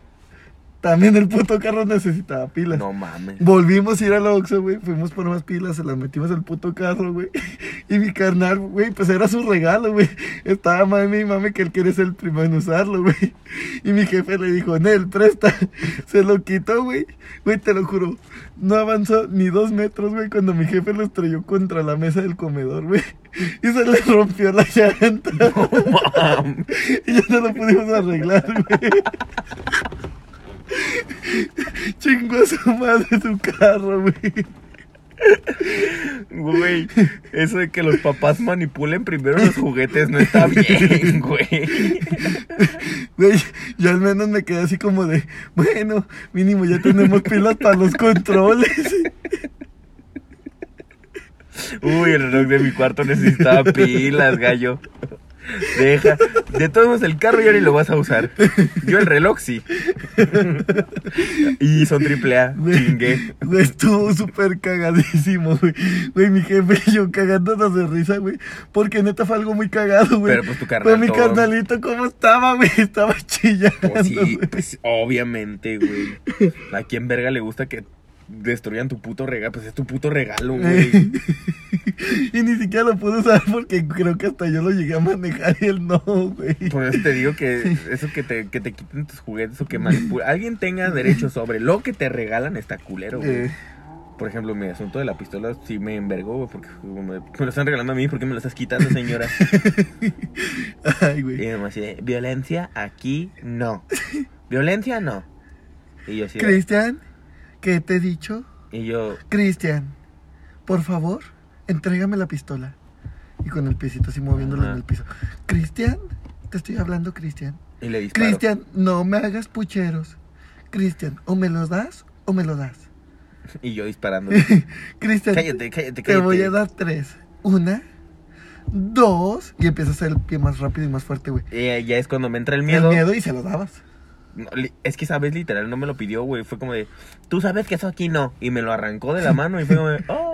También el puto carro necesitaba pilas.
No mames.
Volvimos a ir al Oxxo, güey. Fuimos por más pilas, se las metimos al puto carro, güey. Y mi carnal, güey, pues era su regalo, güey. Estaba mami y mami que él quiere ser el primero en usarlo, güey. Y mi jefe le dijo, Nel, presta. Se lo quitó, güey. Güey, te lo juro. No avanzó ni dos metros, güey, cuando mi jefe lo estrelló contra la mesa del comedor, güey. Y se le rompió la llanta.
Mam.
Y ya no lo pudimos arreglar, güey. Chingo a su madre su carro, güey.
Güey, eso de que los papás manipulen primero los juguetes no está bien, güey.
Güey, yo al menos me quedé así como de, bueno, mínimo ya tenemos pilas para los controles.
Uy, el reloj de mi cuarto necesitaba pilas, gallo. Deja. De todos modos, el carro ya ni lo vas a usar. Yo el reloj sí. Y son triple A. Chingué.
Güey, estuvo súper cagadísimo, güey. Güey, mi jefe y yo cagándonos de risa, güey. Porque neta fue algo muy cagado, güey.
Pero pues tu carnal
Pero mi
todo-
carnalito, ¿cómo estaba, güey? Estaba chillando.
Pues sí,
güey.
pues obviamente, güey. ¿A quién verga le gusta que destruyan tu puto regalo? Pues es tu puto regalo, güey.
y ni siquiera lo pude usar porque creo que hasta yo lo llegué a manejar y él no, güey.
Por eso te digo que eso que te, que te quiten tus juguetes o que manipulen. Alguien tenga derecho sobre lo que te regalan está culero, güey.
Eh,
Por ejemplo, mi asunto de la pistola sí me envergó, güey, porque fue como de, me, lo están regalando a mí, ¿por qué me lo estás quitando, señora?
ay,
y
güey.
además así de, violencia aquí no. Violencia no. Y yo así de-
Cristian, ¿qué te he dicho?
y yo,
Cristian, por favor, entrégame la pistola. Y con el piecito así moviéndolo
Ajá.
en el piso. Cristian, te estoy hablando, Cristian.
y le disparo.
Cristian, no me hagas pucheros. Cristian, o me los das o me lo das.
Y yo disparando.
Cristian,
cállate, cállate, cállate.
Te voy a dar tres. Una, dos. Y empiezas a hacer el pie más rápido y más fuerte, güey.
Y ahí ya es cuando me entra el
El
miedo.
miedo y se lo dabas.
No, li- es que esa vez literal no me lo pidió, güey. Fue como de, tú sabes que eso aquí no. Y me lo arrancó de la mano y fue como de, oh.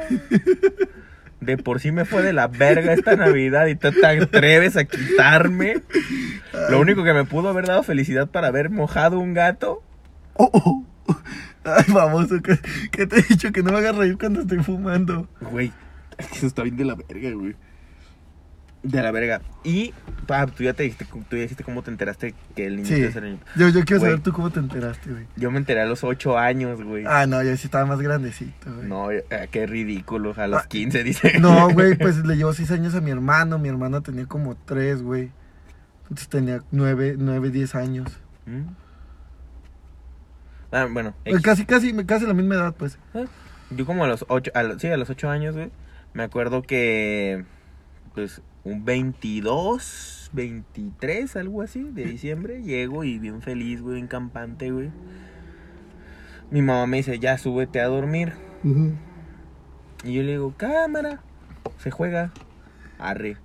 De por sí me fue de la verga esta Navidad y tú te atreves a quitarme. Lo único que me pudo haber dado felicidad para haber mojado un gato.
Oh, oh. Ay, famoso, que, que te he dicho que no me hagas reír cuando estoy fumando.
Güey, es que eso está bien de la verga, güey. De la verga. Y, pa, tú ya te dijiste, tú ya dijiste cómo te enteraste que el niño
Sí.
iba a ser niño.
Yo, yo quiero
Güey.
saber tú cómo te enteraste, güey.
Yo me enteré a los 8 años, güey.
Ah, no, yo sí estaba más grandecito, güey.
No, eh, qué ridículo. A los
Ah.
15, dice.
No, güey, pues le llevo seis años a mi hermano. Mi hermana tenía como tres, güey. Entonces tenía nueve, nueve, diez años.
¿Mm? Ah, bueno,
Pues
X.
Casi, casi, casi la misma edad, pues.
yo como a los ocho, a los- sí, a los ocho años, güey, me acuerdo que, pues, un 22, 23, algo así, de diciembre, llego y bien feliz, güey, bien campante, güey. Mi mamá me dice, ya, súbete a dormir. Y yo le digo, cámara, se juega. Arre.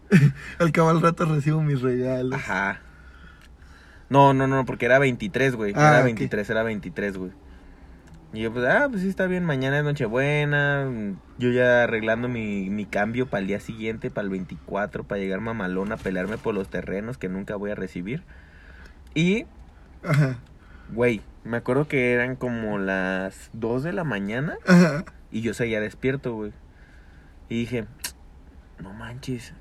Al cabo al rato recibo mis regalos.
Ajá. No, no, no, porque era 23, güey.
Ah,
era
ok.
23, era 23, güey. Y yo, pues, ah, pues sí, está bien, mañana es Nochebuena. mm, Yo ya arreglando mi, mi cambio para el día siguiente, para el 24, para llegar mamalón a pelearme por los terrenos que nunca voy a recibir. Y,
Ajá.
güey, me acuerdo que eran como las 2 de la mañana
Ajá.
y yo seguía despierto, güey. Y dije, no manches,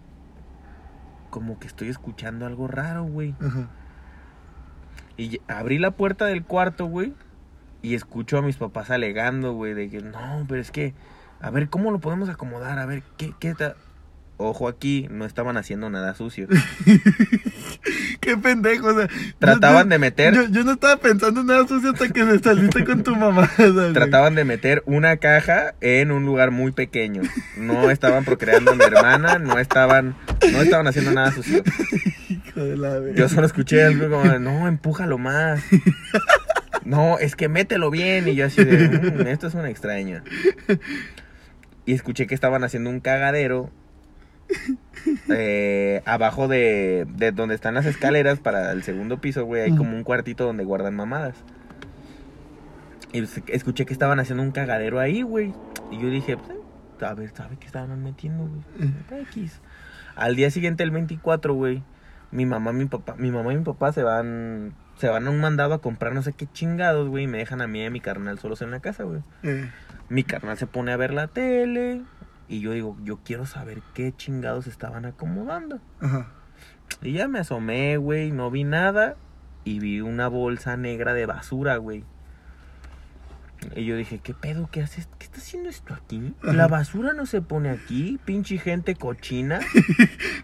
como que estoy escuchando algo raro, güey.
Ajá.
Y ya- abrí la puerta del cuarto, güey. Y escucho a mis papás alegando, güey, de que no, pero es que, a ver, ¿cómo lo podemos acomodar? A ver, ¿qué, qué está? Ojo aquí, no estaban haciendo nada sucio.
Qué pendejo, o sea.
Trataban
yo-
de meter,
Yo, yo no estaba pensando en nada sucio hasta que me saliste con tu mamá.
trataban de meter una caja en un lugar muy pequeño. No estaban procreando a mi hermana, no estaban, no estaban haciendo nada sucio.
Hijo de la verga.
Yo solo escuché algo como, no, empújalo más. No, es que mételo bien. Y yo así de, "Mm, esto es una extraña. Y escuché que estaban haciendo un cagadero eh, abajo de, de donde están las escaleras para el segundo piso, güey. Hay como un cuartito donde guardan mamadas. Y es- escuché que estaban haciendo un cagadero ahí, güey. Y yo dije, "Pues, a ver, ¿sabe qué estaban metiendo,
Eh,
güey? X. Al día siguiente, el 24, güey, mi mamá, mi papá, mi mamá y mi papá se van, se van a un mandado a comprar no sé qué chingados, güey, y me dejan a mí y a mi carnal solos en la casa, güey.
Eh,
Mi carnal se pone a ver la tele y yo digo, yo quiero saber qué chingados estaban acomodando.
ajá.
Y ya me asomé, güey, no vi nada y vi una bolsa negra de basura, güey. Y yo dije, ¿qué pedo? ¿Qué haces? ¿Qué está haciendo esto aquí? La
Ajá.
basura no se pone aquí, pinche gente cochina.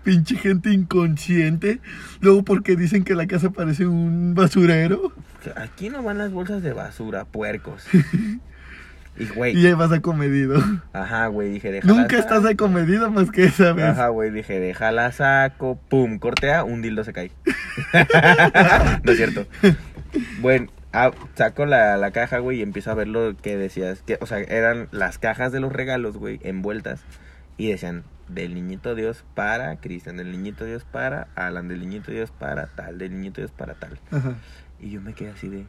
Pinche gente inconsciente. Luego porque dicen que la casa parece un basurero.
Pues, Aquí no van las bolsas de basura, puercos. Y
Y
güey,
ahí vas acomedido.
ajá, güey, dije, déjala.
Nunca estás acomedido más que esa vez.
Ajá, güey, dije, déjala saco, pum, cortea, un dildo se cae. no es cierto. Bueno, ah, saco la, la caja, güey, y empiezo a ver lo que decías. Que, o sea, eran las cajas de los regalos, güey, envueltas. Y decían, del niñito Dios para Cristian, del niñito Dios para Alan, del niñito Dios para tal, del niñito Dios para tal.
Ajá.
Y yo me quedé así de,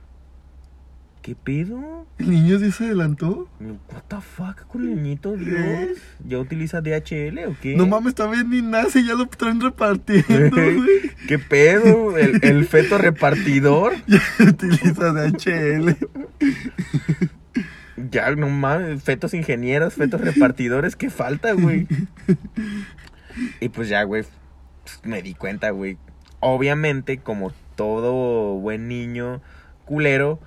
¿qué pedo?
¿El niño sí se adelantó?
What the fuck con el niñito Dios? ¿Ya utiliza DHL o qué?
No mames, también ni nace, ya lo traen repartiendo, güey.
¿Qué pedo? ¿El, el feto repartidor?
Ya utiliza DHL.
Ya, no mames, fetos ingenieros, fetos repartidores, ¿qué falta, güey? Y pues ya, güey, pues, me di cuenta, güey. Obviamente, como todo buen niño culero,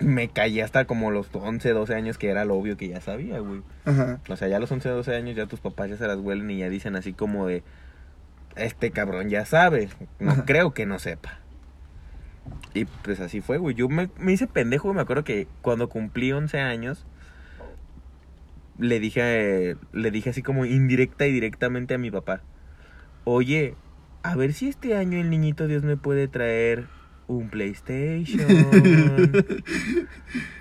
me callé hasta como los 11, 12 años, que era lo obvio que ya sabía, güey.
Ajá.
O sea, ya a los 11, 12 años ya tus papás ya se las huelen y ya dicen así como de, este cabrón ya sabe, no
Ajá.
creo que no sepa. Y pues así fue, güey. Yo me, me hice pendejo, güey. me acuerdo que cuando cumplí 11 años, le dije, eh, le dije así como indirecta y directamente a mi papá, oye, a ver si este año el niñito Dios me puede traer un PlayStation.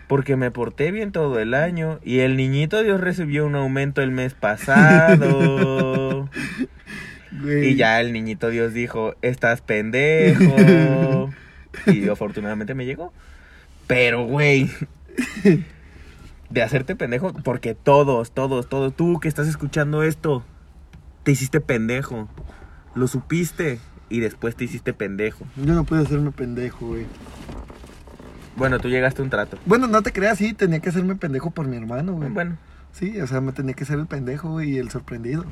Porque me porté bien todo el año y el niñito Dios recibió un aumento el mes pasado.
Güey.
y ya el niñito Dios dijo, estás pendejo. y afortunadamente me llegó. Pero, güey, de hacerte pendejo, porque todos, todos, todos, tú que estás escuchando esto, te hiciste pendejo. Lo supiste y después te hiciste pendejo.
Yo no pude hacerme pendejo, güey.
Bueno, tú llegaste a un trato.
Bueno, no te creas, sí, tenía que hacerme pendejo por mi hermano, güey.
Bueno,
Sí, o sea, me tenía que ser el pendejo güey, y el sorprendido.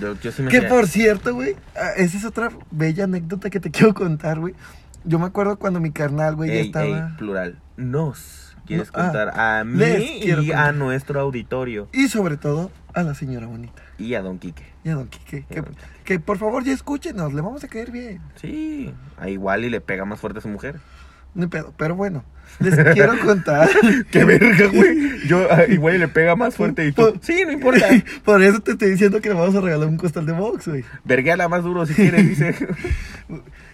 yo, yo sí me
Que
hacía-
por cierto, güey, ah, esa es otra bella anécdota que te quiero contar, güey. Yo me acuerdo cuando mi carnal, güey, ya
Ey,
estaba.
ey, plural. Nos. ¿Quieres
No, ah,
contar a mí
les quiero
y
contar.
a nuestro auditorio
Y sobre todo a la señora bonita
y a Don Quique?
y a don Quique. Que,
Don Quique.
que por favor ya escúchenos, le vamos a caer bien.
Sí, a Ah, igual y le pega más fuerte a su mujer.
No hay pedo, pero bueno, les quiero contar.
¡Qué verga, güey! Yo a- igual y le pega más fuerte y
Pues,
tú. Sí, no importa.
por eso te estoy diciendo que le vamos a regalar un costal de box, güey.
Vergueala más duro si quieres, dice.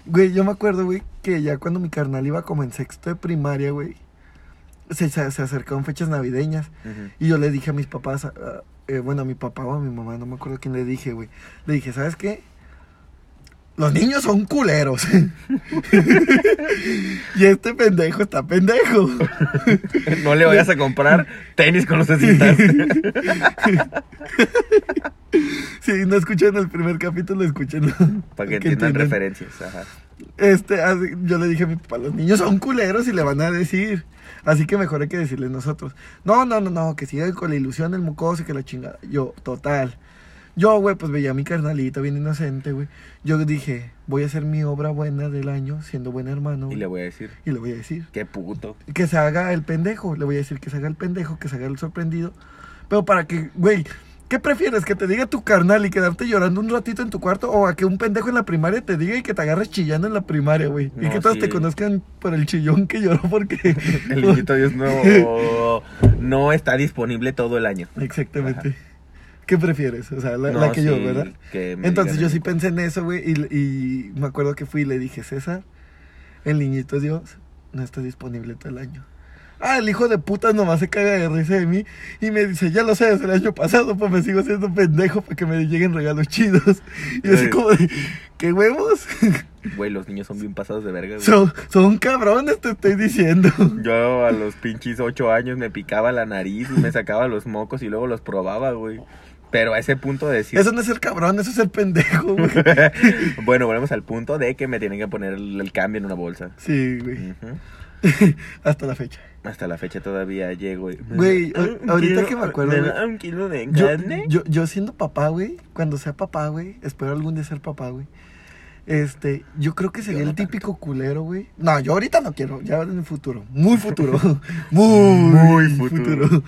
Güey, yo me acuerdo, güey, que ya cuando mi carnal iba como en sexto de primaria, güey, se, se, se acercaron fechas navideñas.
Ujú.
Y yo le dije a mis papás, a- a- eh, bueno, a mi papá o a mi mamá, no me acuerdo quién le dije, güey. Le dije, ¿sabes qué? Los niños son culeros. y este pendejo está pendejo.
No le vayas a comprar tenis con los cintas.
Si no escuchan el primer capítulo, escuchen.
Para que entiendan
referencia.
referencias. Ajá.
Este, así- yo le dije a mi papá, los niños son culeros y le van a decir. Así que mejor hay que decirle nosotros. No, no, no, no, que siga con la ilusión del mucoso y que la chingada. Yo, total. Yo, güey, pues veía a mi carnalito bien inocente, güey. Yo dije, voy a hacer mi obra buena del año siendo buen hermano.
Y
güey.
le voy a decir,
y le voy a decir
qué puto.
que se haga el pendejo. Le voy a decir que se haga el pendejo, que se haga el sorprendido. Pero para que, güey, ¿qué prefieres? ¿Que te diga tu carnal y quedarte llorando un ratito en tu cuarto? ¿O a que un pendejo en la primaria te diga y que te agarres chillando en la primaria, güey? y
No,
que todos
sí.
te conozcan por el chillón que lloró porque...
El niñito Dios no, no está disponible todo el año.
Exactamente. ¿Qué prefieres? O sea, la, la
No,
que yo,
sí,
¿verdad?
que me
Entonces yo
digan el-
sí pensé en eso, güey, y, y me acuerdo que fui y le dije, César, el niñito Dios no está disponible todo el año. Ah, el hijo de puta nomás se caga de risa de mí y me dice, ya lo sé, desde el año pasado, pues me sigo siendo pendejo para que me lleguen regalos chidos. Y yo así
Ay.
como de, ¿qué huevos?
Güey, los niños son bien pasados de verga, güey.
son, son cabrones, te estoy diciendo.
Yo a los pinches ocho años me picaba la nariz y me sacaba los mocos y luego los probaba, güey. Pero a ese punto de decir...
Eso no es ser cabrón, eso es ser pendejo, güey.
bueno, volvemos al punto de que me tienen que poner el, el cambio en una bolsa.
Sí, güey.
Ujú. Mm.
Hasta la fecha.
Hasta la fecha todavía llego. y-
Güey, a-
Un
ahorita
kilo-
que me acuerdo, güey.
da un kilo de
Yo,
carne?
yo, yo siendo papá, güey, cuando sea papá, güey, espero algún día ser papá, güey. Este, yo creo que sería
Yo no
el típico culero, güey. No, yo ahorita no quiero, ya en el futuro. Muy futuro. muy,
Muy futuro.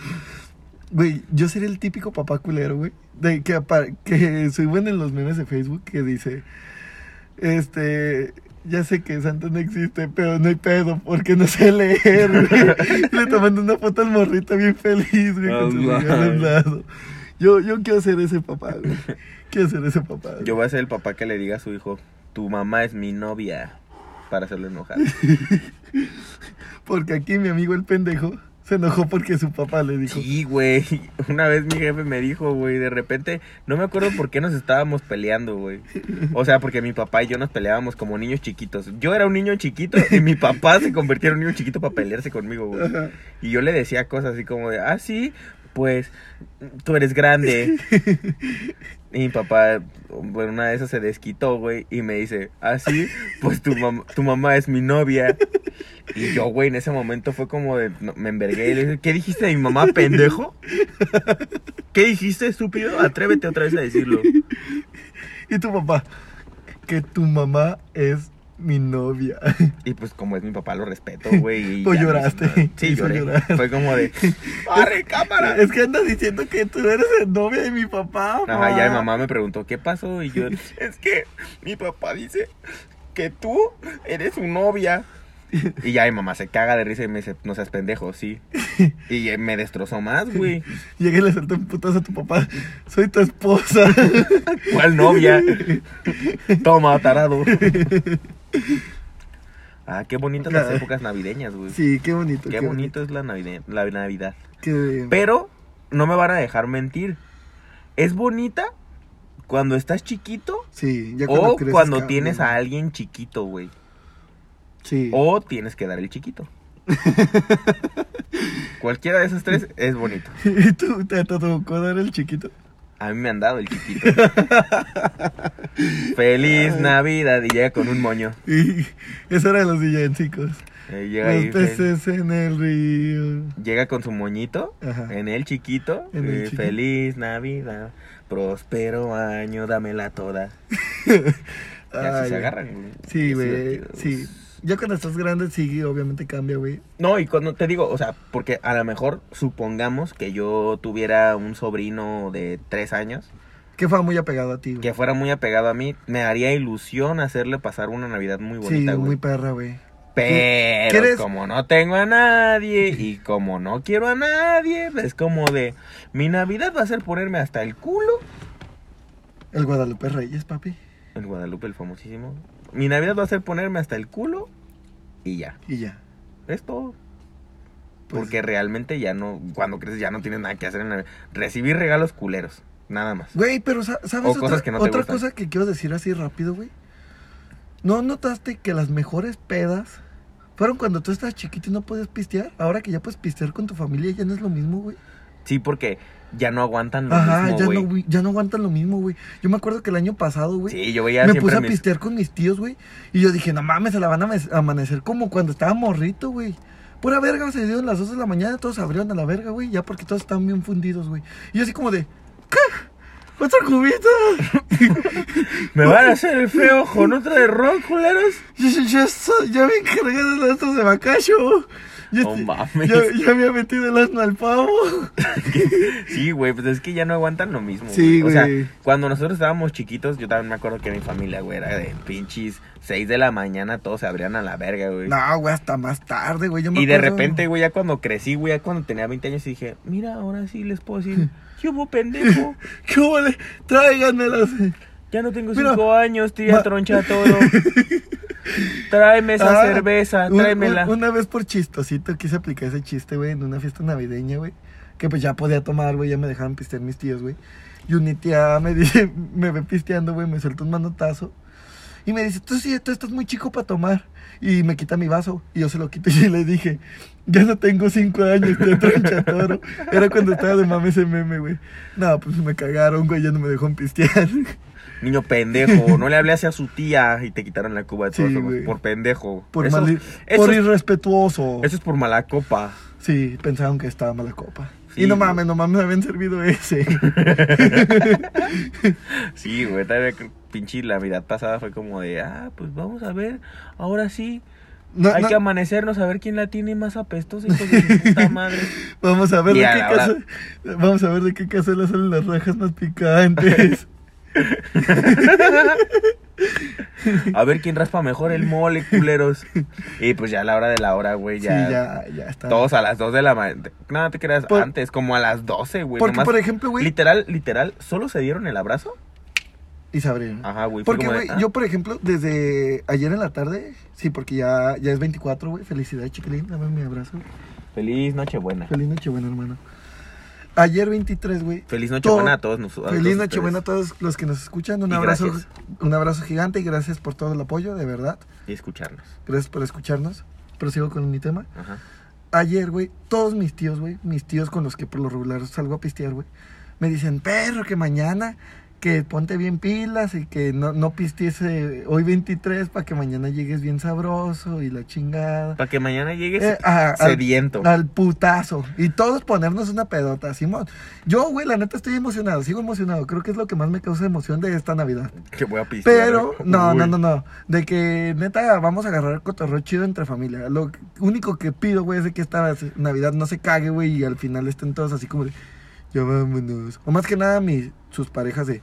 Güey, yo sería el típico papá culero, güey. De que, apa- que suben en los memes de Facebook que dice, este, ya sé que Santa no existe, pero no hay pedo porque no sé leer, güey. Le tomando una foto al morrito bien feliz, güey, con su
Allah.
regalo a un lado. Yo, yo quiero ser ese papá, güey. Quiero ser ese papá. güey.
Yo voy a ser el papá que le diga a su hijo, tu mamá es mi novia, para hacerlo enojar.
Porque aquí mi amigo el pendejo se enojó porque su papá le dijo.
Sí, güey. Una vez mi jefe me dijo, güey, de repente, no me acuerdo por qué nos estábamos peleando, güey. O sea, porque mi papá y yo nos peleábamos como niños chiquitos. Yo era un niño chiquito y mi papá se convirtió en un niño chiquito para pelearse conmigo, güey.
Ajá.
Y yo le decía cosas así como de, ah, sí, pues tú eres grande. y mi papá, bueno, una de esas se desquitó, güey, y me dice, ah, sí, pues tu, mam- tu mamá es mi novia. Y yo, güey, en ese momento fue como de, no, me envergué y le dije, ¿qué dijiste de mi mamá, pendejo? ¿Qué dijiste, estúpido? Atrévete otra vez a decirlo.
Y tu papá, que tu mamá es mi novia.
Y pues como es mi papá, lo respeto, güey. y
Pues
ya no hizo
lloraste,
nada. Sí,
hizo
lloré.
llorar.
Fue como de, ¡arre, cámara!
Es que andas diciendo que tú eres el novia de mi papá.
Ajá, ya mi mamá me preguntó, ¿qué pasó? Y yo, es que mi papá dice que tú eres su novia. Y ya mi mamá se caga de risa y me dice, no seas pendejo, sí. Y eh, me destrozó más, güey.
Llega y le salta un putazo a tu papá. Soy tu esposa.
¿Cuál novia? Toma, tarado. Ah, qué bonitas las épocas navideñas, güey.
sí, qué bonito.
qué bonito es la, navide- la Navidad.
Qué-
Pero no me van a dejar mentir. Es bonita cuando estás chiquito
sí, ya cuando
O
creces
cuando
cambia,
tienes
güey.
a alguien chiquito, güey.
Sí.
O tienes que dar el chiquito. Cualquiera de esas tres es bonito.
¿Y tú te tocó dar el chiquito?
A mí me han dado el chiquito. Feliz Navidad y llega con un moño.
Y eso era de los villancicos.
Eh, llega, ahí,
Los
fel-
peces en el río.
llega con su moñito.
Ajá.
En el chiquito.
En el
eh,
chiquito.
Feliz Navidad. Próspero año, dámela toda. Y así
Ay,
se
güey.
agarran. güey.
Sí,
Es
güey.
divertido,
Sí.
pues,
Ya cuando estás grande, sí, obviamente cambia, güey.
No, y cuando te digo, o sea, porque a lo mejor supongamos que yo tuviera un sobrino de tres años
Que fue muy apegado a ti, güey.
que fuera muy apegado a mí, me haría ilusión hacerle pasar una Navidad muy
Sí,
bonita, güey.
muy perra, güey.
Pero
¿Quieres?
como no tengo a nadie y como no quiero a nadie, es como de mi Navidad va a ser ponerme hasta el culo.
El Guadalupe Reyes, papi.
El Guadalupe, el famosísimo. Mi Navidad va a ser ponerme hasta el culo y ya.
Y ya.
Es todo.
Pues-
Porque realmente ya no, cuando creces ya no tienes nada que hacer en la Recibir regalos culeros, nada más.
Güey, pero sa- ¿sabes
O
otra,
cosas que no te
otra
gustan.
cosa que quiero decir así rápido, güey? ¿No notaste que las mejores pedas fueron cuando tú estabas chiquito y no podías pistear? Ahora que ya puedes pistear con tu familia ya no es lo mismo, güey.
Sí, porque ya no aguantan lo
Ajá,
mismo,
ya,
güey.
no, güey, ya no aguantan lo mismo, güey. Yo me acuerdo que el año pasado, güey,
Sí, yo veía
me
siempre
puse a
mis-
pistear con mis tíos, güey. Y yo dije, no mames, se la van a ames- amanecer como cuando estaba morrito, güey. Pura verga, se dieron las 2 de la mañana, todos abrieron a la verga, güey. Ya porque todos estaban bien fundidos, güey. Y yo así como de, ¿qué? ¡Otra cubita!
Me van a hacer el feo con otra de rock, culeros.
Yo, yo- yo so- ya me encargué de las estos de bacacho. Yo,
No
te-
mames.
Ya, ya había metido el asno al pavo.
Sí, güey, pues es que ya no aguantan lo mismo.
Sí,
O sea,
güey.
cuando nosotros estábamos chiquitos, yo también me acuerdo que mi familia, güey, era de pinches 6 de la mañana, todos se abrían a la verga, güey.
No, güey, hasta más tarde, güey. yo me
Y de
acuerdo-
repente, güey, ya cuando crecí, güey, ya cuando tenía 20 años, dije, mira, ahora sí les puedo decir, ¿Qué hubo, pendejo?
¿Qué huele? Tráiganmelas.
Ya no tengo
Mira,
cinco años,
ma-
tía troncha todo. Tráeme esa
Ah,
cerveza,
un- un-
tráemela.
una vez por chistosito quise aplicar ese chiste, güey, en una fiesta navideña, güey. Que pues ya podía tomar, güey, ya me dejaban pistear mis tíos, güey. Y una tía me dice, me ve pisteando, güey, me suelta un manotazo. Y me dice, tú sí, tú estás muy chico para tomar. Y me quita mi vaso. Y yo se lo quito y le dije, ya no tengo cinco años, te troncha toro. Era cuando estaba de mame ese meme, güey. No, pues me cagaron, güey, ya no me dejaron pistear.
Niño pendejo, no le hablé así a su tía y te quitaron la cuba de todas
Sí,
formas,
güey.
por pendejo.
Por,
eso,
mal-
eso-
por irrespetuoso.
eso es por mala copa.
Sí, pensaron que estaba mala copa.
Sí,
y no
güey.
mames, no mames, me habían servido ese.
Sí, güey, también creo- pinche la vida pasada fue como de, ah, pues vamos a ver, ahora sí,
No,
hay
no,
que amanecernos a ver quién la tiene más apestosa, hijos de su puta madre.
vamos a ver de
Ya,
qué
la
casa, vamos a ver de qué cazuela salen las rajas más picantes.
A ver quién raspa mejor el mole, culeros. Y pues ya a la hora de la hora, güey, ya.
sí, ya, ya está.
Todos a las 2 de la mañana. No, te creas,
Por-
antes, como a las 12, güey.
Porque,
nomás-
por ejemplo, güey,
Literal, literal, solo se dieron el abrazo.
y se abrieron.
Ajá, güey. fue
Porque,
como de,
güey,
ah.
yo, por ejemplo, desde ayer en la tarde, sí, porque ya, ya es 24, güey. Felicidades, chiquilín. Dame mi abrazo.
Feliz Nochebuena.
Feliz Nochebuena, hermano. Ayer 23, güey.
Feliz Nochebuena a todos nosotros.
Feliz Nochebuena a todos los que nos escuchan. Un
Y
abrazo,
gracias.
un abrazo gigante y gracias por todo el apoyo, de verdad.
Y escucharnos.
Gracias por escucharnos. Prosigo con mi tema.
Ajá.
Ayer, güey, todos mis tíos, güey, mis tíos con los que por lo regular salgo a pistear, güey, me dicen, perro, que mañana, que ponte bien pilas y que no, no pistees eh, hoy 23 para que mañana llegues bien sabroso y la chingada.
Para que mañana llegues
Eh, a- al-
sediento.
Al putazo. Y todos ponernos una pedota, Simón. Yo, güey, la neta estoy emocionado, sigo emocionado. Creo que es lo que más me causa emoción de esta Navidad.
Que voy a pistear.
Pero, no, no, no, no. De que neta vamos a agarrar cotorreo chido entre familia. Lo único que pido, güey, es de que esta Navidad no se cague, güey, y al final estén todos así como de, ya vámonos. O más que nada, mis, sus parejas de,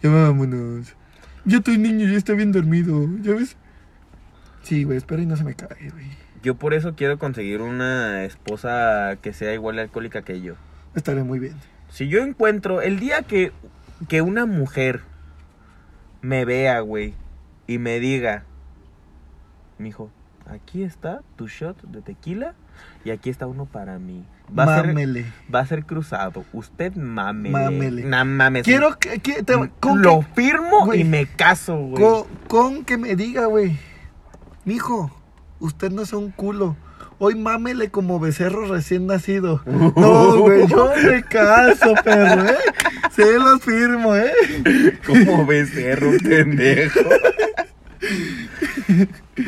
ya vámonos. Ya tu niño ya está bien dormido, ¿ya ves? Sí, güey, espero y no se me cague, güey.
Yo por eso quiero conseguir una esposa que sea igual de alcohólica que yo.
Estaré muy bien.
Si yo encuentro el día que, que una mujer me vea, güey, y me diga, mijo, aquí está tu shot de tequila y aquí está uno para mí. Va a ser,
Mámele.
va a ser cruzado. Usted mame.
Mámele.
No mames.
Quiero que, que te- con,
Lo
que,
firmo
Güey.
y me caso, Mm, güey.
con, con que me diga, güey. Mijo, usted no es un culo. Hoy mámele como becerro recién nacido. No, güey, yo me caso, perro, ¿eh? Se los firmo, ¿eh?
Como becerro, pendejo.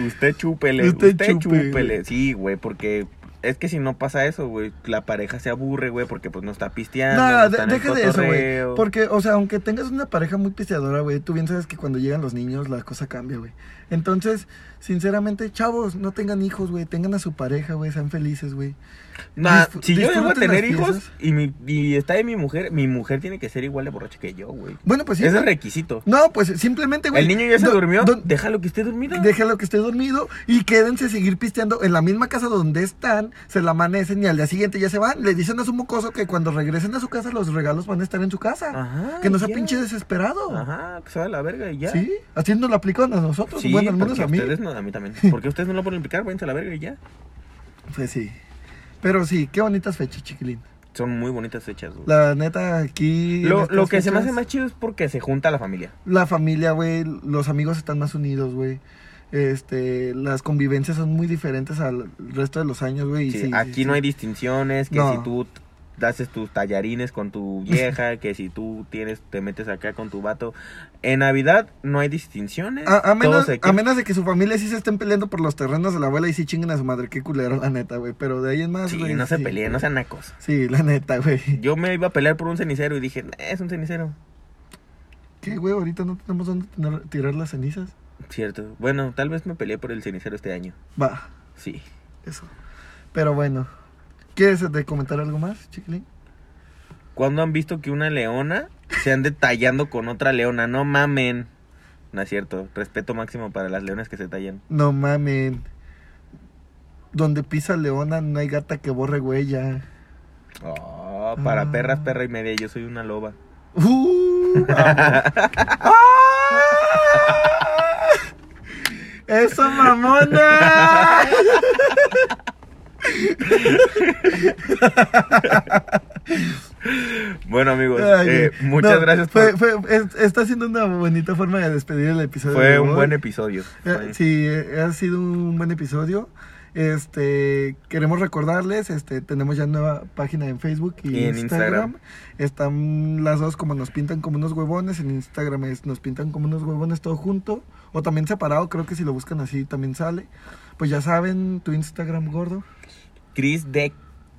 Usted chúpele,
Usted
usted,
chúpele.
chúpele. Sí, güey, porque es que si no pasa eso, güey, la pareja se aburre, güey, porque pues no está pisteando.
No,
No,
de-
está en el
deja de eso, güey.
cotorreo.
Porque, o sea, aunque tengas una pareja muy pisteadora, güey, tú bien sabes que cuando llegan los niños la cosa cambia, güey. Entonces, sinceramente, chavos, no tengan hijos, güey. Tengan a su pareja, güey. Sean felices, güey.
Nah,
disfr-
si yo llego a
disfruten
tener
las
hijos
fiestas.
y, mi, y está ahí mi mujer, mi mujer tiene que ser igual de borracha que yo, güey.
Bueno, pues sí.
Ese es
güey.
requisito.
No, pues simplemente, güey.
El niño ya se
do-
durmió,
do-
déjalo que esté dormido.
Déjalo que esté dormido y quédense a seguir pisteando en la misma casa donde están, se la amanecen y al día siguiente ya se van. Le dicen a su mocoso que cuando regresen a su casa los regalos van a estar en su casa.
Ajá,
que no sea
ya.
pinche desesperado.
Ajá, que se va a la verga y ya.
Sí, así nos lo aplican a nosotros,
Sí,
bueno, al menos
porque
a mí.
ustedes no, a mí también. Porque ustedes no lo pueden implicar, váyanse a la verga y ya.
Pues sí. Pero sí, qué bonitas fechas, chiquilín.
Son muy bonitas fechas, güey.
La neta, aquí. en
Lo,
estas
lo que se me hace
fechas,
más chido es porque se junta la familia.
La familia, güey, los amigos están más unidos, güey. Este, las convivencias son muy diferentes al resto de los años, güey. y
Sí,
sí, sí,
aquí
sí.
no hay distinciones, que
No.
si tú t- haces tus tallarines con tu vieja, que si tú tienes te metes acá con tu vato. En Navidad no hay distinciones.
A, a menos,
todos se
a
quieren.
menos de que su familia sí se estén peleando por los terrenos de la abuela y sí chinguen a su madre, qué culero, la neta, güey. Pero de ahí en más,
Sí,
güey.
no se
sí.
peleen, no sean nacos.
Sí, la neta, güey.
Yo me iba a pelear por un cenicero y dije, "Nah, es un cenicero.
¿Qué, güey? Ahorita no tenemos dónde tener- tirar las cenizas.
Cierto. Bueno, tal vez me peleé por el cenicero este año.
Va,
Sí.
eso. Pero bueno. ¿Quieres de comentar algo más, chiquilín?
¿Cuándo han visto que una leona se ande tallando con otra leona? No mamen. No es cierto. Respeto máximo para las leonas que se tallan.
No mamen. Donde pisa leona no hay gata que borre huella.
Ah, No, para
Mm.
perras, perra y media. Yo soy una loba.
Uh, vamos. ¡Ah! ¡Esa mamona!
Bueno, amigos,
Ay,
eh,
güey.
muchas
No,
gracias por.
Fue,
Fue,
fue- es- está siendo una bonita forma de despedir el episodio. de
un
hoy.
buen episodio.
Eh,
Fue-
Sí, eh, ha sido un buen episodio. Este, queremos recordarles, este, tenemos ya nueva página en Facebook y,
Y en Instagram.
Están las dos como nos pintan como unos huevones, en Instagram es nos pintan como unos huevones todo junto o también separado, creo que si lo buscan así también sale. Pues ya saben, tu Instagram gordo
Chris de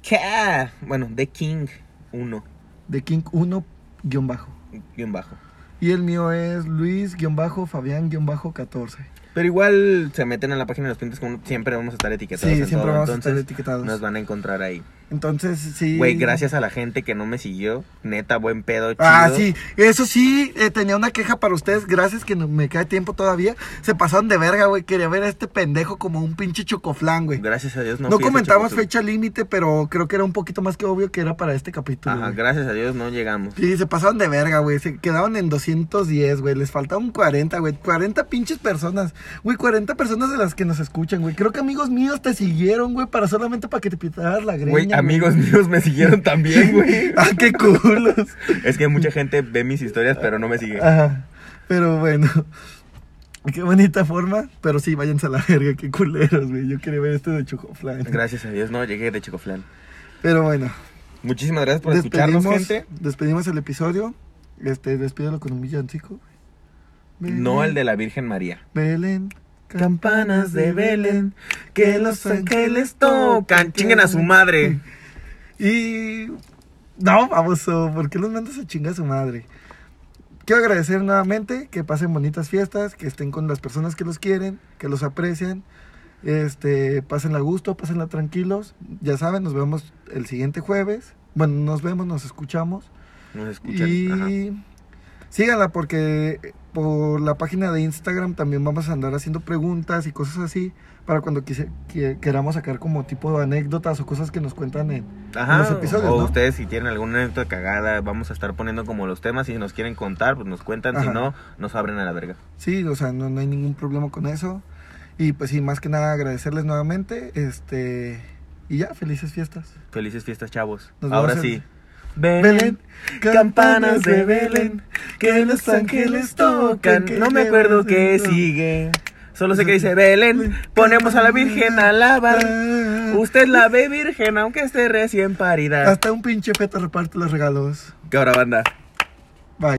K. Bueno, de King 1.
de King 1 guión bajo.
Bien bajo.
Y el mío es Luis guión bajo Fabián guión bajo 14.
Pero igual se meten a la página de los pintas como siempre vamos a estar etiquetados.
Sí,
en
siempre
todo,
vamos a
entonces
estar etiquetados.
Nos van a encontrar ahí.
Entonces, sí.
Güey, gracias a la gente que no me siguió. Neta, buen pedo. Chido.
Ah, sí, eso sí, eh, tenía una queja para ustedes, gracias que no me cae tiempo todavía. Se pasaron de verga, güey, quería ver a este pendejo como un pinche chocoflán, güey.
Gracias a Dios no
No,
fui ese
comentamos
chapuzo.
fecha límite, pero creo que era un poquito más que obvio que era para este capítulo.
Ajá,
güey.
gracias a Dios no llegamos.
Sí, se pasaron de verga, güey. Se quedaron en 210, güey. Les faltaban 40, güey. 40 pinches personas. Güey, 40 personas de las que nos escuchan, güey. Creo que amigos míos te siguieron, güey, para solamente para que te pitaras la greña.
Güey, amigos míos me siguieron también, güey.
Ah, qué culos.
Es que mucha gente ve mis historias, pero no me sigue.
Ajá. Pero bueno. Qué bonita forma. Pero sí, váyanse a la verga. Qué culeros, güey. Yo quería ver este de Chocoflan.
Gracias a Dios no llegué de Chicoflan.
Pero bueno.
Muchísimas gracias por escucharnos,
Despedimos,
gente.
despedimos el episodio. Este, despídelo con un villancico.
No el de la Virgen María.
Belén.
Campanas de Belén, que los ángeles tocan. Chinguen a su madre.
Y. No, vamos, ¿por qué los mandas a chingar a su madre? Quiero agradecer nuevamente que pasen bonitas fiestas, que estén con las personas que los quieren, que los aprecian. Este, pásenla a gusto, pásenla tranquilos. Ya saben, nos vemos el siguiente jueves. Bueno, nos vemos, nos escuchamos.
Nos escuchan. ajá.
Y síganla porque eh, por la página de Instagram también vamos a andar haciendo preguntas y cosas así para cuando quise- que- queramos sacar como tipo de anécdotas o cosas que nos cuentan en...
Ajá,
los episodios,
o
¿no?
ustedes si tienen alguna anécdota cagada, vamos a estar poniendo como los temas. Si nos quieren contar, pues nos cuentan. Si
Ajá.
no, nos abren a la verga.
Sí, o sea, no, no hay ningún problema con eso. Y pues sí, más que nada agradecerles nuevamente. Este... Y ya, felices fiestas.
Felices fiestas, chavos.
Nos vemos
Ahora
en-
sí. Belén,
Belén,
campanas de Belén, que los ángeles tocan. No me acuerdo qué sigue. Solo sé que dice Belén, ponemos a la Virgen a alabar.
Ah,
Usted la ve virgen, aunque esté recién parida.
Hasta un pinche feto reparte los regalos.
¿Qué hora, banda?